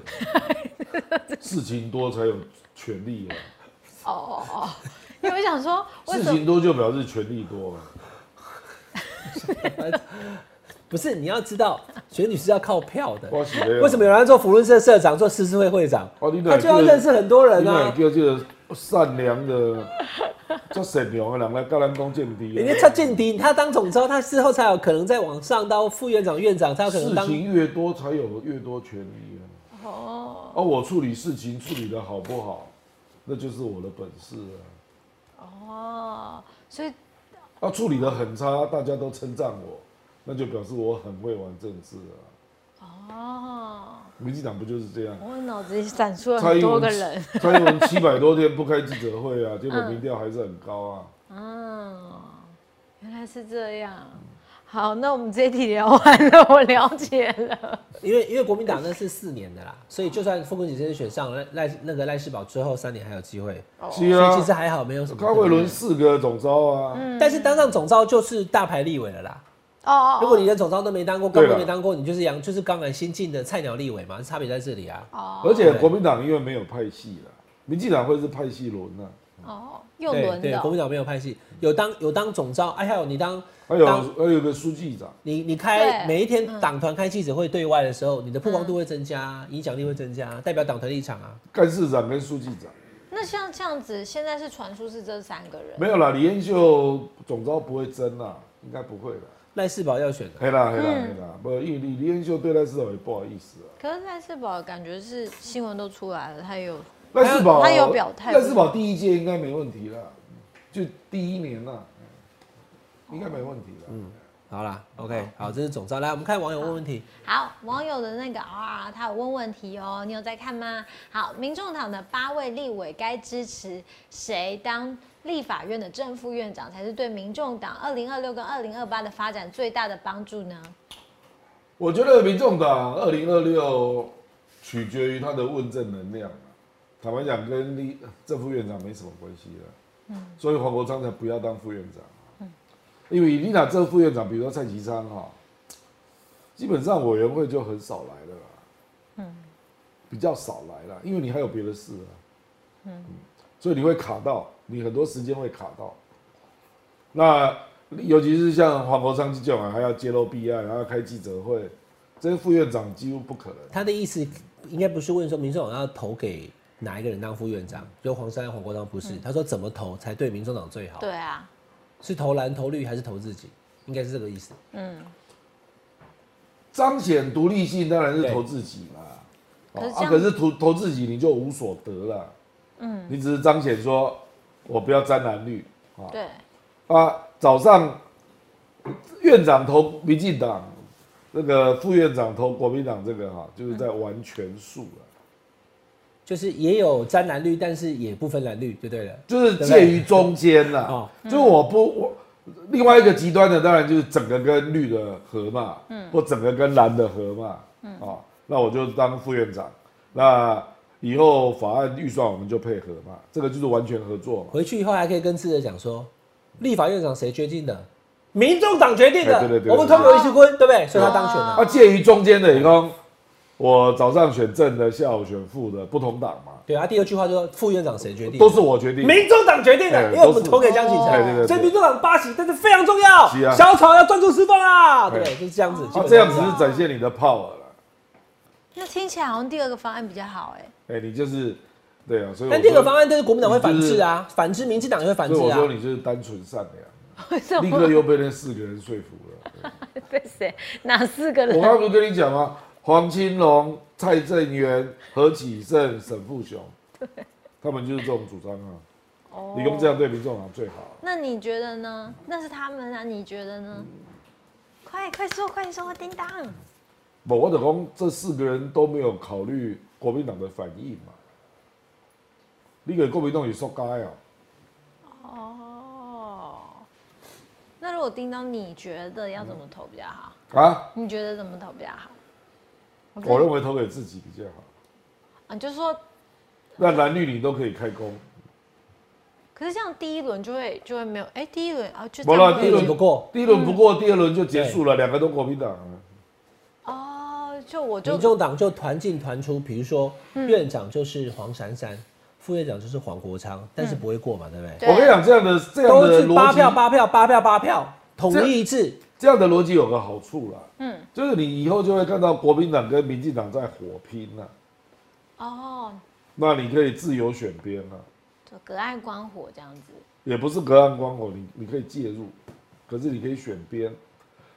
Speaker 3: 事情多才有权利啊，
Speaker 4: 哦哦哦，因为我 想说，为
Speaker 3: 事
Speaker 4: 什么
Speaker 3: 情多就表示权力多啊嘛。
Speaker 2: 不是，你要知道，选举是要靠票的。
Speaker 3: 我是的
Speaker 2: 为什么有人要做福伦社社长、做诗诗会会长？
Speaker 3: 哦你哪
Speaker 2: 他就要
Speaker 3: 个
Speaker 2: 认识很多人
Speaker 3: 另外
Speaker 2: 啊。
Speaker 3: 叫这个善良的、 叫善良的人来跟咱讲政治
Speaker 2: 人
Speaker 3: 啊
Speaker 2: 家。他劲敌，他当总召，他事后才有可能再往上当副院长、院长，才有可能
Speaker 3: 事
Speaker 2: 当。
Speaker 3: 情越多才有越多权利啊。哦。而我处理事情处理的好不好，那就是我的本事啊。
Speaker 4: 哦，所以
Speaker 3: 啊，处理的很差，大家都称赞我，那就表示我很会玩政治啊。
Speaker 4: 哦，
Speaker 3: 民进党不就是这样？
Speaker 4: 我脑子里闪出了
Speaker 3: 蔡
Speaker 4: 很
Speaker 3: 英
Speaker 4: 多
Speaker 3: 文
Speaker 4: 个人，
Speaker 3: 蔡英文七百多天不开记者会啊，结果民调还是很高啊。
Speaker 4: 嗯，原来是这样。好，那我们这一题聊完了，我了解了。
Speaker 2: 因为因为国民党那是四年的啦，所以就算傅昆萁真的选上了赖赖那个赖世宝之后三年还有机会，
Speaker 4: 哦
Speaker 3: 是
Speaker 2: 所以
Speaker 3: 啊，
Speaker 2: 其实还好没有什么特别。
Speaker 3: 高慧伦四个总招啊，
Speaker 2: 但是当上总召就是大牌立委了啦。
Speaker 4: 哦哦，
Speaker 2: 如果你连总召都没当过，高
Speaker 3: 对啊啦
Speaker 2: 官没当过，你就是杨就是刚来新进的菜鸟立委嘛，差别在这里啊。
Speaker 4: 哦
Speaker 3: 而且国民党因为没有派系啦，民进党会是派系轮啊，
Speaker 4: 哦，又
Speaker 2: 对
Speaker 4: 轮
Speaker 2: 对，
Speaker 4: 的
Speaker 2: 国民党没有派系，有当有当总召，哎，还有你当
Speaker 3: 还有
Speaker 2: 当
Speaker 3: 还有个书记长，
Speaker 2: 你你开
Speaker 4: 对嗯
Speaker 2: 每一天党团开记者会对外的时候，你的曝光度会增加，影响力会增加，代表党团立场啊。
Speaker 3: 干事长跟书记长。
Speaker 4: 那像这样子，现在是传出是这三个人，
Speaker 3: 没有啦，李彦秀总招不会争啦，应该不会啦。
Speaker 2: 赖世宝要选的，
Speaker 3: 黑啦黑啦
Speaker 4: 嗯
Speaker 3: 黑啦，不，因为李李彦秀对赖世宝也不好意思啊。
Speaker 4: 可是赖世宝感觉是新闻都出来了，他也有
Speaker 3: 赖世宝
Speaker 4: 他有表态
Speaker 3: 赖世宝第一届应该没问题啦，就第一年啦。嗯应该没问题了。嗯，
Speaker 2: 好啦，OK，好，这是总招。来，我们看网友问问题。
Speaker 4: 好，网友的那个 R 他有问问题哦，你有在看吗？好，民众党的八位立委该支持谁当立法院的正副院长，才是对民众党二零二六跟二零二八的发展最大的帮助呢？
Speaker 3: 我觉得民众党二零二六取决于他的问政能量啊坦白讲，跟立正副院长没什么关系了。所以黄国昌才不要当副院长。因为你俩这副院长，比如说蔡其昌哈，基本上委员会就很少来了啦。比较少来了，因为你还有别的事啊。所以你会卡到，你很多时间会卡到。那尤其是像黄国昌这种啊，还要揭露弊案，还要开记者会，这些副院长几乎不可能。
Speaker 2: 他的意思应该不是问说民众党要投给哪一个人当副院长，就黄珊、黄国昌不是。他说怎么投才对民众党最好？
Speaker 4: 嗯对啊，
Speaker 2: 是投蓝、投绿还是投自己？应该是这个意思。
Speaker 3: 彰显独立性当然是投自己嘛，
Speaker 4: 对可
Speaker 3: 哦
Speaker 4: 是这
Speaker 3: 啊，
Speaker 4: 样
Speaker 3: 可是投投自己你就无所得了，嗯，你只是彰显说我不要沾蓝绿啊
Speaker 4: 对，
Speaker 3: 啊，早上院长投民进党，那个副院长投国民党，这个哈、就是在
Speaker 4: 嗯
Speaker 3: 玩权术了、
Speaker 2: 就是也有沾蓝绿，但是也不分蓝绿，就对了。
Speaker 3: 就是介于中间啦。
Speaker 2: 哦
Speaker 3: 就是我不我另外一个极端的，当然就是整个跟绿的合嘛，或整个跟蓝的合嘛，哦，那我就当副院长，那以后法案预算我们就配合嘛，这个就是完全合作嘛。
Speaker 2: 回去以后还可以跟智者讲说，立法院长谁决定的？民众党决定的。
Speaker 3: 哎对对对
Speaker 2: 我们投给一石坤，对不对？所以他当选了。
Speaker 4: 啊
Speaker 3: 那介于中间的，你看，我早上选正的，下午选副的，不同党嘛，
Speaker 2: 对啊，第二句话就说副院长谁决定？
Speaker 3: 都是我决定的。
Speaker 2: 民众党决定的，
Speaker 3: 哎
Speaker 2: 因为我们投给江启
Speaker 3: 哎对
Speaker 2: 臣，
Speaker 3: 对对
Speaker 2: 所以民众党八席，但是非常重要
Speaker 3: 是。啊
Speaker 2: 小草要专注释放啊，对
Speaker 3: 哎
Speaker 2: 不对？就是这样子。基
Speaker 3: 啊
Speaker 2: 本上，
Speaker 3: 这样只是展现你的 power 了。
Speaker 4: 那听起来好像第二个方案比较好哎、
Speaker 3: 哎，你就是，对啊，所以我
Speaker 2: 但第二个
Speaker 3: 说
Speaker 2: 方案就是国民党会反制啊，反制民进党也会反制
Speaker 3: 所以我
Speaker 2: 啊
Speaker 3: 说。你就是单纯善良，立刻又被那四个人说服了。
Speaker 4: 被谁？哪四个
Speaker 3: 我刚刚不是跟你讲吗？黄青龙、蔡正元、何启胜、沈富雄，他们就是这种主张啊。你用这样对民众党最好啊。
Speaker 4: 那你觉得呢？那是他们啊，你觉得呢？快快说，快说，叮当！
Speaker 3: 不，我等讲这四个人都没有考虑国民党的反应嘛。你给国民党有说该啊？
Speaker 4: 哦，那如果叮当，你觉得要怎么投比较好？
Speaker 3: 啊，
Speaker 4: 你觉得怎么投比较好？
Speaker 3: 我认为投给自己比较好。
Speaker 4: 啊，你就说，
Speaker 3: 那蓝绿你都可以开工，
Speaker 4: 可是这样第一轮就会就会没有，哎、第一轮啊就
Speaker 3: 没
Speaker 4: 这
Speaker 3: 了
Speaker 4: 样
Speaker 2: 第
Speaker 3: 第一
Speaker 2: 一
Speaker 4: 会
Speaker 3: 轮
Speaker 2: 轮不过，
Speaker 3: 第一轮不过，第二轮就结束了，两个都国民党啊。
Speaker 4: 哦，就我就嗯
Speaker 2: 民众党就团进团出，比如说院长就是黄珊珊，副院长就是黄国昌，但是
Speaker 4: 嗯
Speaker 2: 不会过嘛，对不对？
Speaker 4: 对
Speaker 3: 我跟你讲，这样的这样
Speaker 2: 都
Speaker 3: 的
Speaker 2: 是八票
Speaker 3: 逻辑，
Speaker 2: 八票八票八票，统一一致。
Speaker 3: 这样的逻辑有个好处啦，嗯，就是你以后就会看到国民党跟民进党在火拼了、
Speaker 4: 哦，
Speaker 3: 那你可以自由选边啊，
Speaker 4: 就隔岸观火这样子。
Speaker 3: 也不是隔岸观火，你你可以介入，可是你可以选边，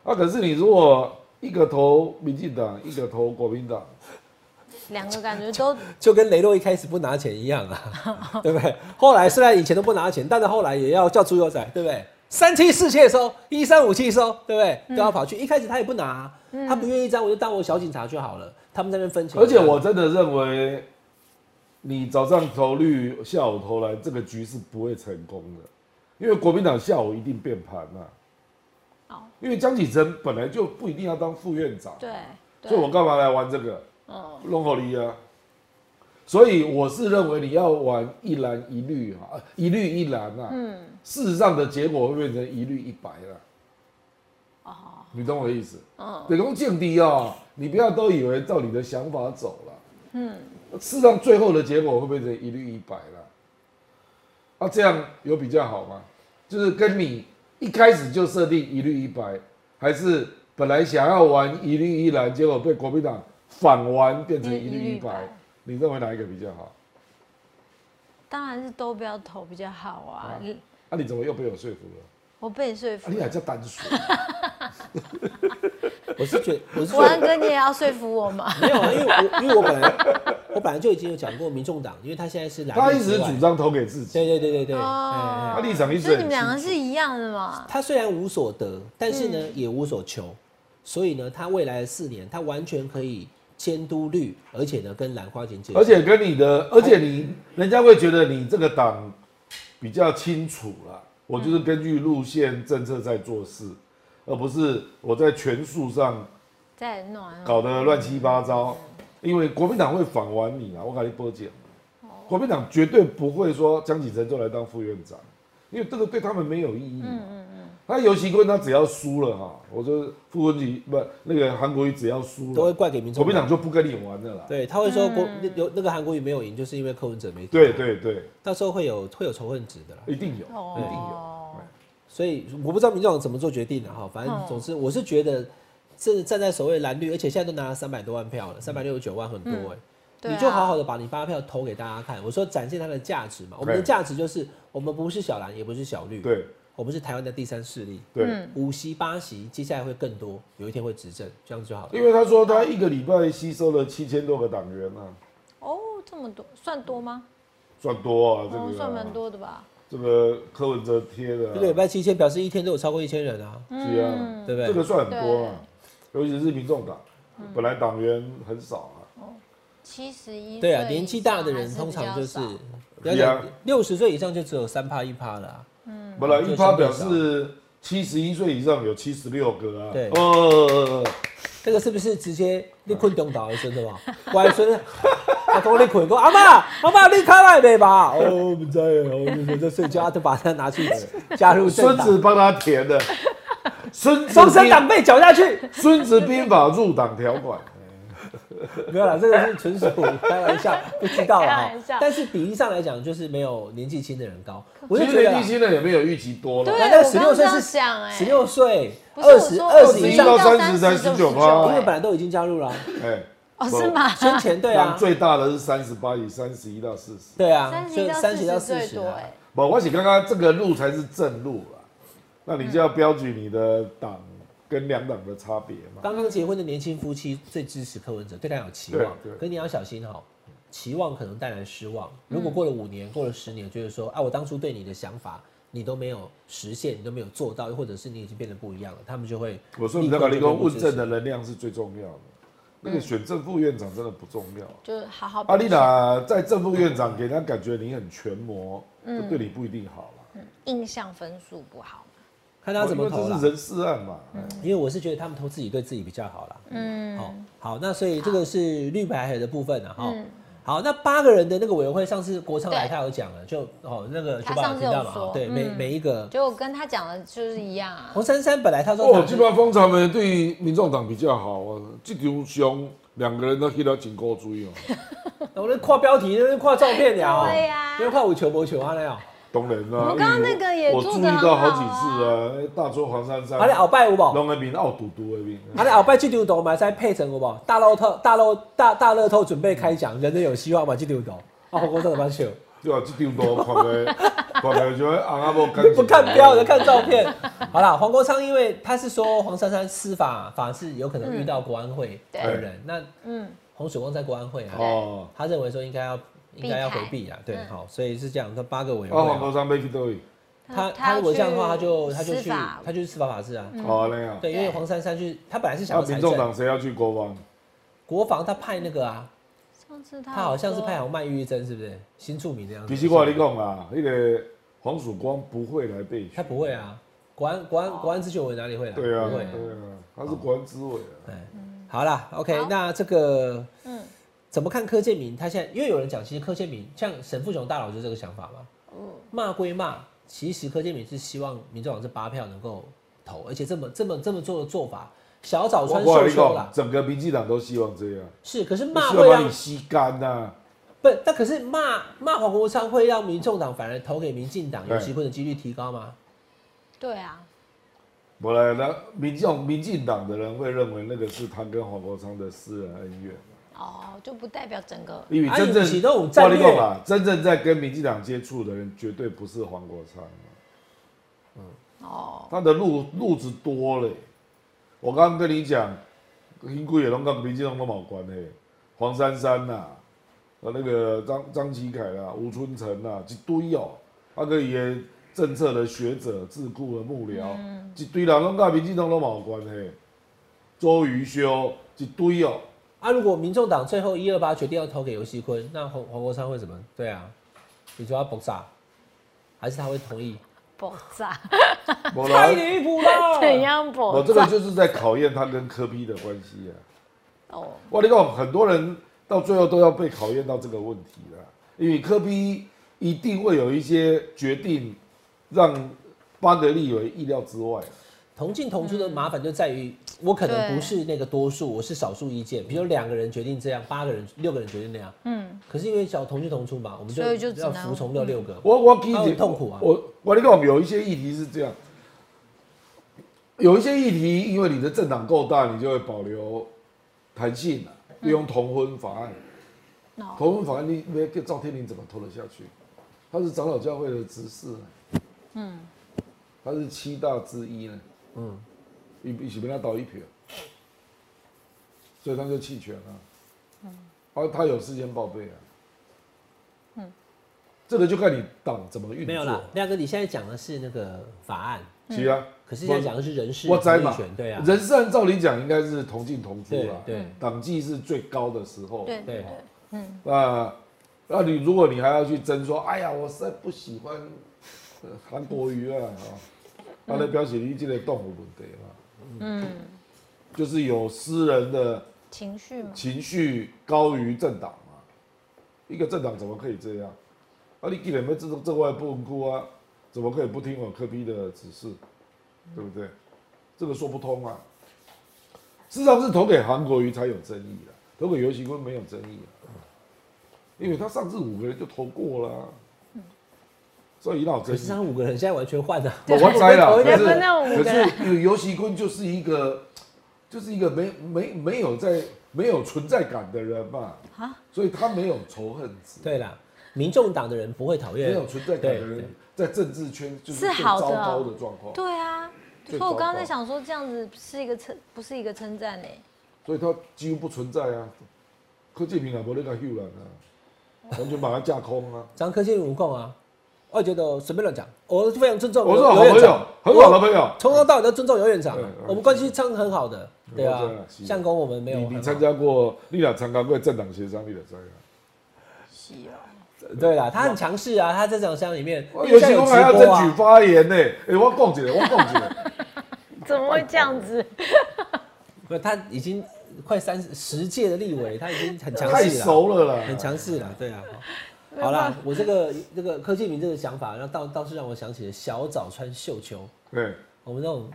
Speaker 3: 啊，可是你如果一个投民进党，一个投国民党，
Speaker 4: 两个感觉 都
Speaker 2: 就跟雷诺一开始不拿钱一样 啊，对不对？后来虽然以前都不拿钱，但是后来也要叫猪油仔，对不对？三七四七收，一三五七收，对不对？都要跑去。一开始他也不拿啊、他不愿意这样，我就当我小警察就好了。他们在那边分钱，
Speaker 3: 而且我真的认为，你早上投绿，下午投蓝，这个局是不会成功的，因为国民党下午一定变盘了、
Speaker 4: 哦
Speaker 3: 因为江启臣本来就不一定要当副院长，
Speaker 4: 对，对
Speaker 3: 所以我干嘛来玩这个？
Speaker 4: 嗯
Speaker 3: 弄好离啊！所以我是认为你要玩一蓝一绿啊，呃一绿一蓝啊。
Speaker 4: 嗯
Speaker 3: 事实上的结果会变成一绿一白了。
Speaker 4: 哦
Speaker 3: 你懂我的意思？
Speaker 4: 嗯
Speaker 3: 北宫见敌啊，你不要都以为照你的想法走了，
Speaker 4: 嗯
Speaker 3: 事实上最后的结果会变成一律一白了。啊，这样有比较好吗？就是跟你一开始就设定一律一白，还是本来想要玩一律一蓝，结果被国民党反玩变成一律一白，你认为哪一个比较好？
Speaker 4: 当然是都不要投比较好啊！你
Speaker 3: 啊， 哎你怎么又被我说服了？
Speaker 4: 我被你说
Speaker 3: 啊
Speaker 4: 服，
Speaker 3: 你还叫单纯？
Speaker 2: 我是 觉得我是觉
Speaker 4: 国安
Speaker 2: 得
Speaker 4: 哥，你也要说服我嘛？
Speaker 2: 没有啊，因为我因为我本来我本来就已经有讲过民众党，因为他现在是蓝
Speaker 3: 他
Speaker 2: 绿
Speaker 3: 一直
Speaker 2: 之外
Speaker 3: 主张投给自己，啊
Speaker 2: 对对对对对，哎哎
Speaker 3: 他立场一直
Speaker 4: 哦所以
Speaker 3: 很
Speaker 4: 你们两个
Speaker 3: 清
Speaker 4: 是一样的嘛？
Speaker 2: 他虽然无所得，但是呢、
Speaker 4: 嗯
Speaker 2: 也无所求，所以呢他未来的四年他完全可以监督绿，而且呢跟兰花姐姐，
Speaker 3: 而且跟你的，而且你人家会觉得你这个党比较清楚了。我就是根据路线政策在做事，而不是我在权术上
Speaker 4: 在弄啊
Speaker 3: 搞得乱七八糟。因为国民党会反完你啊，我跟你波姐，国民党绝对不会说江启臣就来当副院长，因为这个对他们没有意义嘛。那尤其坤他只要输了哈，我说傅昆萁不那个韩国瑜只要输
Speaker 2: 都会
Speaker 3: 了，
Speaker 2: 怪给民
Speaker 3: 国
Speaker 2: 众
Speaker 3: 民党。就不跟你玩了啦。
Speaker 2: 对，他会说国
Speaker 4: 嗯
Speaker 2: 那有那个韩国瑜没有赢，就是因为柯文哲没赢
Speaker 3: 对对对，
Speaker 2: 到时候会有会有仇恨值的啦。
Speaker 3: 一定有，一定有。
Speaker 4: 哦，
Speaker 2: 所以我不知道民众党怎么做决定的、哈，反正总之我是觉得，这站在所谓蓝绿，而且现在都拿了三百多万票了，三百六十九万很多哎、
Speaker 4: 对啊
Speaker 2: 你就好好的把你发票投给大家看，我说展现它的价值嘛。我们的
Speaker 3: 对
Speaker 2: 价值就是我们不是小蓝，也不是小绿，
Speaker 3: 对
Speaker 2: 我们是台湾的第三势力，
Speaker 3: 对，
Speaker 4: 嗯
Speaker 2: 五席八席，接下来会更多，有一天会执政，这样就好了。
Speaker 3: 因为他说他一个礼拜吸收了七千多个党员啊，
Speaker 4: 哦，这么多算多吗？
Speaker 3: 算多啊，这个、
Speaker 4: 哦，算蛮。多的吧。
Speaker 3: 这个柯文哲贴的、啊，
Speaker 2: 一个礼拜七千，表示一天都有超过一千人啊，
Speaker 3: 是
Speaker 4: 嗯
Speaker 3: 啊，
Speaker 2: 对不对？
Speaker 3: 这个算很多啊，尤其是民众党，
Speaker 4: 嗯
Speaker 3: 本来党员很少啊，
Speaker 4: 七十一
Speaker 2: 对啊，年纪大的人通常就是，不要
Speaker 3: 对啊
Speaker 2: 讲六十岁以上就只有三趴一趴了啊、
Speaker 4: 嗯
Speaker 3: 本来
Speaker 2: 就
Speaker 3: 一
Speaker 2: 相
Speaker 3: 趴
Speaker 2: 对
Speaker 3: 表示七十一岁以上有七十六个啊，
Speaker 2: 对
Speaker 3: 哦，
Speaker 2: 这个是不是直接你困中岛的孙的嘛？外孙，阿公你困过阿妈，阿妈你开外没吧？哦，不在，我就是在睡觉，啊就把它拿 去加入政
Speaker 3: 孙
Speaker 2: 党
Speaker 3: 子，帮他填 的，孙子
Speaker 2: 终身
Speaker 3: 兵
Speaker 2: 党被缴下去。
Speaker 3: 孙子兵法入党条款，
Speaker 2: 没有啦，这个是纯属开玩 笑，不知道
Speaker 4: 开
Speaker 2: 啊
Speaker 4: 玩笑。
Speaker 2: 但是比例上来讲，就是没有年纪轻的人高。我就
Speaker 3: 其
Speaker 2: 觉
Speaker 3: 实
Speaker 2: 得啊
Speaker 3: 年
Speaker 2: 啦
Speaker 3: 纪，轻人也没有预期多了
Speaker 4: 对，，啊
Speaker 2: 那
Speaker 4: 我
Speaker 2: 十
Speaker 4: 刚
Speaker 2: 六
Speaker 4: 刚这
Speaker 2: 岁
Speaker 4: 样
Speaker 2: 是
Speaker 4: 想哎，
Speaker 2: 十六岁，
Speaker 4: 不是
Speaker 2: 二十二十以
Speaker 3: 21
Speaker 2: 上，
Speaker 3: 到
Speaker 2: 因
Speaker 3: 30才19趴
Speaker 2: 为本来都已经加入了 啊。
Speaker 3: 哎，
Speaker 4: 哦是吗？
Speaker 2: 先前对
Speaker 3: 党
Speaker 2: 啊，
Speaker 3: 最大的是三十八，以三十一到四十。
Speaker 2: 对啊，
Speaker 4: 三
Speaker 2: 所
Speaker 4: 十
Speaker 2: 以
Speaker 4: 到
Speaker 2: 三十到
Speaker 4: 40
Speaker 2: 四
Speaker 4: 最
Speaker 2: 十
Speaker 4: 多
Speaker 2: 啊。
Speaker 4: 哎，
Speaker 3: 不，我写刚刚这个路才是正路啦，那你就要标举你的党跟两党的差别嘛。
Speaker 2: 刚刚结婚的年轻夫妻最支持柯文哲，对他有期望
Speaker 3: 对对，嗯
Speaker 2: 可你要小心哦，期望可能带来失望。如果过了五年，过了十年，觉得说啊，我当初对你的想法，你都没有实现，你都没有做到，或者是你已经变得不一样了，他们就会
Speaker 3: 我说你那个理工问政
Speaker 2: 的
Speaker 3: 的能量是最重要的，那个选正副院长真的不重要。
Speaker 4: 就好好
Speaker 3: 阿丽
Speaker 4: 表现
Speaker 3: 娜在正副院长给人家感觉你很权谋，
Speaker 2: 嗯
Speaker 3: 这对你不一定好啊了。
Speaker 4: 印象分数不好。
Speaker 2: 看他怎么投
Speaker 3: 因为这
Speaker 2: 啦嗯
Speaker 3: 是。人事案嘛，哎
Speaker 2: 因为我是觉得他们投自己对自己比较好啦。嗯，好、好，那所以这个是绿白海的部分啊，哈、好，那八个人的那个委员会，上次国昌来
Speaker 4: 嗯对
Speaker 2: 他有讲了，就哦那个
Speaker 4: 他
Speaker 2: 九爸
Speaker 4: 上
Speaker 2: 有
Speaker 4: 次
Speaker 2: 提
Speaker 4: 有
Speaker 2: 到嘛，哈
Speaker 4: 说嗯
Speaker 2: 对，每每一个
Speaker 4: 就我跟他讲的就是一样啊，
Speaker 2: 黄珊珊本来他说
Speaker 3: 哦，
Speaker 2: 他
Speaker 3: 基
Speaker 2: 是
Speaker 3: 本上风潮们对民众党比较好啊，这场凶两个人都黑到紧箍追哦，
Speaker 2: 我们跨标题，那边跨照片了、
Speaker 4: 对呀
Speaker 2: 因为跨五球博球啊那样。
Speaker 3: 当然啦。
Speaker 4: 我们刚刚那个也
Speaker 3: 哎我
Speaker 4: 做
Speaker 3: 注
Speaker 4: 得
Speaker 3: 意
Speaker 4: 很
Speaker 3: 到好
Speaker 4: 好
Speaker 3: 几次啊，大桌黄哦珊珊，
Speaker 2: 啊你后摆有无？
Speaker 3: 龙的面傲嘟嘟的面，
Speaker 2: 啊你后摆这张图嘛，再配成有无？大乐透大乐大大乐透准备开奖，人人有希望嘛？这张图啊，火锅真的蛮秀，
Speaker 3: 对啊，这张图看的，看的就会红阿伯
Speaker 2: 不看标的看照 片。好啦，黄国昌因为他是说黄珊珊司法法是有可能遇到国安会的人，那
Speaker 4: 嗯，
Speaker 2: 洪水光在国安会啊，
Speaker 3: 哦，
Speaker 2: 他认为说应该要应该要
Speaker 4: 避
Speaker 2: 回
Speaker 4: 开
Speaker 2: 避啊，对，
Speaker 4: 嗯
Speaker 2: 好，所以是这样，他八个委员
Speaker 3: 啊，
Speaker 2: 会
Speaker 3: 黄
Speaker 2: 啊。
Speaker 3: 国昌被去倒位，
Speaker 2: 他
Speaker 4: 他
Speaker 2: 他
Speaker 4: 要
Speaker 2: 如果这样的话，他
Speaker 4: 去
Speaker 2: 就他就
Speaker 4: 司
Speaker 2: 去
Speaker 4: 法
Speaker 2: 他就去司法法制啊，
Speaker 4: 嗯
Speaker 3: 哦那样，
Speaker 2: 对，因为黄珊珊去，他本来是想
Speaker 3: 那
Speaker 2: 要嗯财
Speaker 3: 啊民
Speaker 2: 政
Speaker 3: 众党谁要去国防？
Speaker 2: 国防他派那个啊，
Speaker 4: 上次他
Speaker 2: 他好像是
Speaker 4: 说
Speaker 2: 派好像卖抑郁症，是不是？新著名的样子。
Speaker 3: 其实我跟你讲啊，那个黄曙光不会来备
Speaker 2: 他
Speaker 3: 选，
Speaker 2: 不会啊，国安国安国安之前我哪里会来？
Speaker 3: 对啊，
Speaker 2: 不
Speaker 3: 对
Speaker 2: 会。
Speaker 3: 啊，他是国安之委啊，
Speaker 2: 哎，好啦 o k
Speaker 4: 好
Speaker 2: 那这个
Speaker 4: 嗯
Speaker 2: 怎么看柯建明？他现在因为有人讲，其实柯建明像沈富雄大佬就是这个想法嘛，
Speaker 4: 嗯
Speaker 2: 骂归骂，其实柯建明是希望民众党这八票能够投，而且这么这么这么做的做法，小早
Speaker 3: 我
Speaker 2: 川
Speaker 3: 我
Speaker 2: 受
Speaker 3: 跟你
Speaker 2: 伤
Speaker 3: 讲
Speaker 2: 啦，，
Speaker 3: 整个民进党都希望这样，
Speaker 2: 是，可是
Speaker 3: 不
Speaker 2: 骂
Speaker 3: 希
Speaker 2: 会啊
Speaker 3: 望把
Speaker 2: 让
Speaker 3: 你吸干啊呐，
Speaker 2: 不，但可是骂骂黄国昌会让民众党反而投给民进党，
Speaker 3: 对
Speaker 2: 游锡坤的几率提高吗？
Speaker 4: 对啊，
Speaker 3: 不然那民众民进党的人会认为那个是他跟黄国昌的私人恩怨。
Speaker 4: 哦，就不代表整个
Speaker 3: 因为真正
Speaker 2: 啊你不是都有战略
Speaker 3: 我跟你讲啊真正在跟民进党接触的人，绝对不是黄国昌，啊嗯
Speaker 4: 哦，
Speaker 3: 他的路路子多嘞。我刚刚跟你讲，因贵也拢跟民进党都冇关系。黄珊珊呐、啊，那个张张其凯啦、啊、吴春成呐、啊，一堆哦、啊个也政策的学者、智库的幕僚，一堆人拢跟民进党都冇关系。周瑜修一堆哦、
Speaker 2: 啊，如果民众党最后一二八决定要投给游锡坤，那黄黄国昌会怎么？对啊，你说要爆炸，还是他会同意？
Speaker 4: 爆炸，
Speaker 3: 无
Speaker 2: 太
Speaker 3: 啦，
Speaker 2: 离谱了！
Speaker 4: 怎样爆
Speaker 3: 啊我这个
Speaker 4: 炸？
Speaker 3: 就是在考验他跟柯批的关系啊。
Speaker 4: 哦，
Speaker 3: 我跟你讲，很多人到最后都要被考验到这个问题了，因为科比一定会有一些决定，让八个立委意料之外。啊
Speaker 2: 同进同出的麻烦就在于，我可能不是那个多
Speaker 4: 嗯
Speaker 2: 数，我是少数意见。比如两个人决定这样，八个人、六个人决定那样。嗯。可是因为小同进同出嘛，我们就
Speaker 4: 所以就只
Speaker 2: 要
Speaker 4: 能嗯
Speaker 2: 服从六六个。
Speaker 3: 我我给
Speaker 2: 他
Speaker 3: 你
Speaker 2: 很痛苦啊
Speaker 3: 我我跟你讲，有一些议题是这样，有一些议题，因为你的政党够大，你就会保留弹性啊，利用同婚法案。
Speaker 4: 哦
Speaker 3: 同婚法案，你那个赵天麟怎么投得下去？他是长老教会的执事、嗯，他是七大之一呢、
Speaker 2: 嗯。
Speaker 3: 一一起被他倒一票，所以他就弃权了、嗯，啊，他有事先报备啊。这个就看你党怎么运作。
Speaker 2: 没有啦，亮哥，你现在讲的是那个法案，
Speaker 3: 是啊，
Speaker 2: 可是现在讲的是人事
Speaker 3: 我栽
Speaker 2: 同意
Speaker 3: 嘛
Speaker 2: 权，，对啊。
Speaker 3: 人事按照理讲应该是同进同出啦，
Speaker 2: 对对
Speaker 3: 党纪是最高的时候，
Speaker 4: 对
Speaker 2: 对
Speaker 4: 对，
Speaker 3: 那那你如果你还要去争说，哎呀，我实在不喜欢呃韩国瑜啊，哦，他的表写你这个动物问题嘛，嗯，就是有私人的
Speaker 4: 情绪嘛，
Speaker 3: 情绪高于政党嘛，一个政党怎么可以这样？啊，你既然没这这外不稳固啊，怎么可以不听我科比的指示？对不对？这个说不通啊。事实上是投给韩国瑜才有争议的，投给游锡坤没有争议啊，因为他上次五个人就投过了啊、所以哪有
Speaker 2: 可
Speaker 3: 争
Speaker 2: 是
Speaker 3: 议
Speaker 2: 他？们五个人现在完全换了，
Speaker 3: 我我猜了，
Speaker 2: 我
Speaker 3: 可
Speaker 2: 跟
Speaker 3: 是
Speaker 4: 我跟那五个
Speaker 3: 可是尤其坤就是一个，就是一个没没没有在没有存在感的人嘛，所以他没有仇恨值，
Speaker 2: 对啦，民众党的人不会讨厌，
Speaker 3: 没有存在感
Speaker 2: 对
Speaker 3: 的
Speaker 2: 对
Speaker 3: 人在政治圈就是
Speaker 4: 是
Speaker 3: 最
Speaker 4: 好
Speaker 3: 糟
Speaker 4: 的
Speaker 3: 糕的状况，
Speaker 4: 对啊。
Speaker 3: 最
Speaker 4: 所以我
Speaker 3: 糟
Speaker 4: 刚刚在
Speaker 3: 糕
Speaker 4: 想说，这样子是一个称，不是一个称赞呢。
Speaker 3: 所以他几乎不存在啊。柯建平啊，不那个 Hugh 啊，
Speaker 4: 哦
Speaker 3: 完全把他架空啊。
Speaker 2: 张科信无空啊，我觉得随便乱讲，我非常尊重
Speaker 3: 我是好
Speaker 2: 刘
Speaker 3: 朋
Speaker 2: 院长
Speaker 3: 友，，很好的朋友。
Speaker 2: 从头到尾都尊重尤院长啊
Speaker 3: 对，
Speaker 2: 我们关系上很好的，对啊
Speaker 3: 我知道了，是
Speaker 2: 相公我们没有
Speaker 3: 你
Speaker 2: 很
Speaker 3: 你
Speaker 2: 好
Speaker 3: 参加过，你俩参加过政党协商，你俩参加。
Speaker 4: 是哦，
Speaker 2: 对啦，他很强势啊，他在场厢里面，
Speaker 3: 尤
Speaker 2: 现在
Speaker 3: 其
Speaker 2: 有
Speaker 3: 坤
Speaker 2: 直
Speaker 3: 还要
Speaker 2: 播
Speaker 3: 争取
Speaker 2: 啊，
Speaker 3: 发言呢，哎，我讲起来，我讲起来。
Speaker 4: 怎么会这样 子？
Speaker 2: 不，他已经快三十十届的立委，他已经很强
Speaker 3: 太
Speaker 2: 势了，
Speaker 3: 熟了啦，
Speaker 2: 很强势了，对啊。好好啦，我这个这个柯建明这个想法，让倒倒是让我想起了小早川绣球，
Speaker 3: 对，
Speaker 2: 我们那种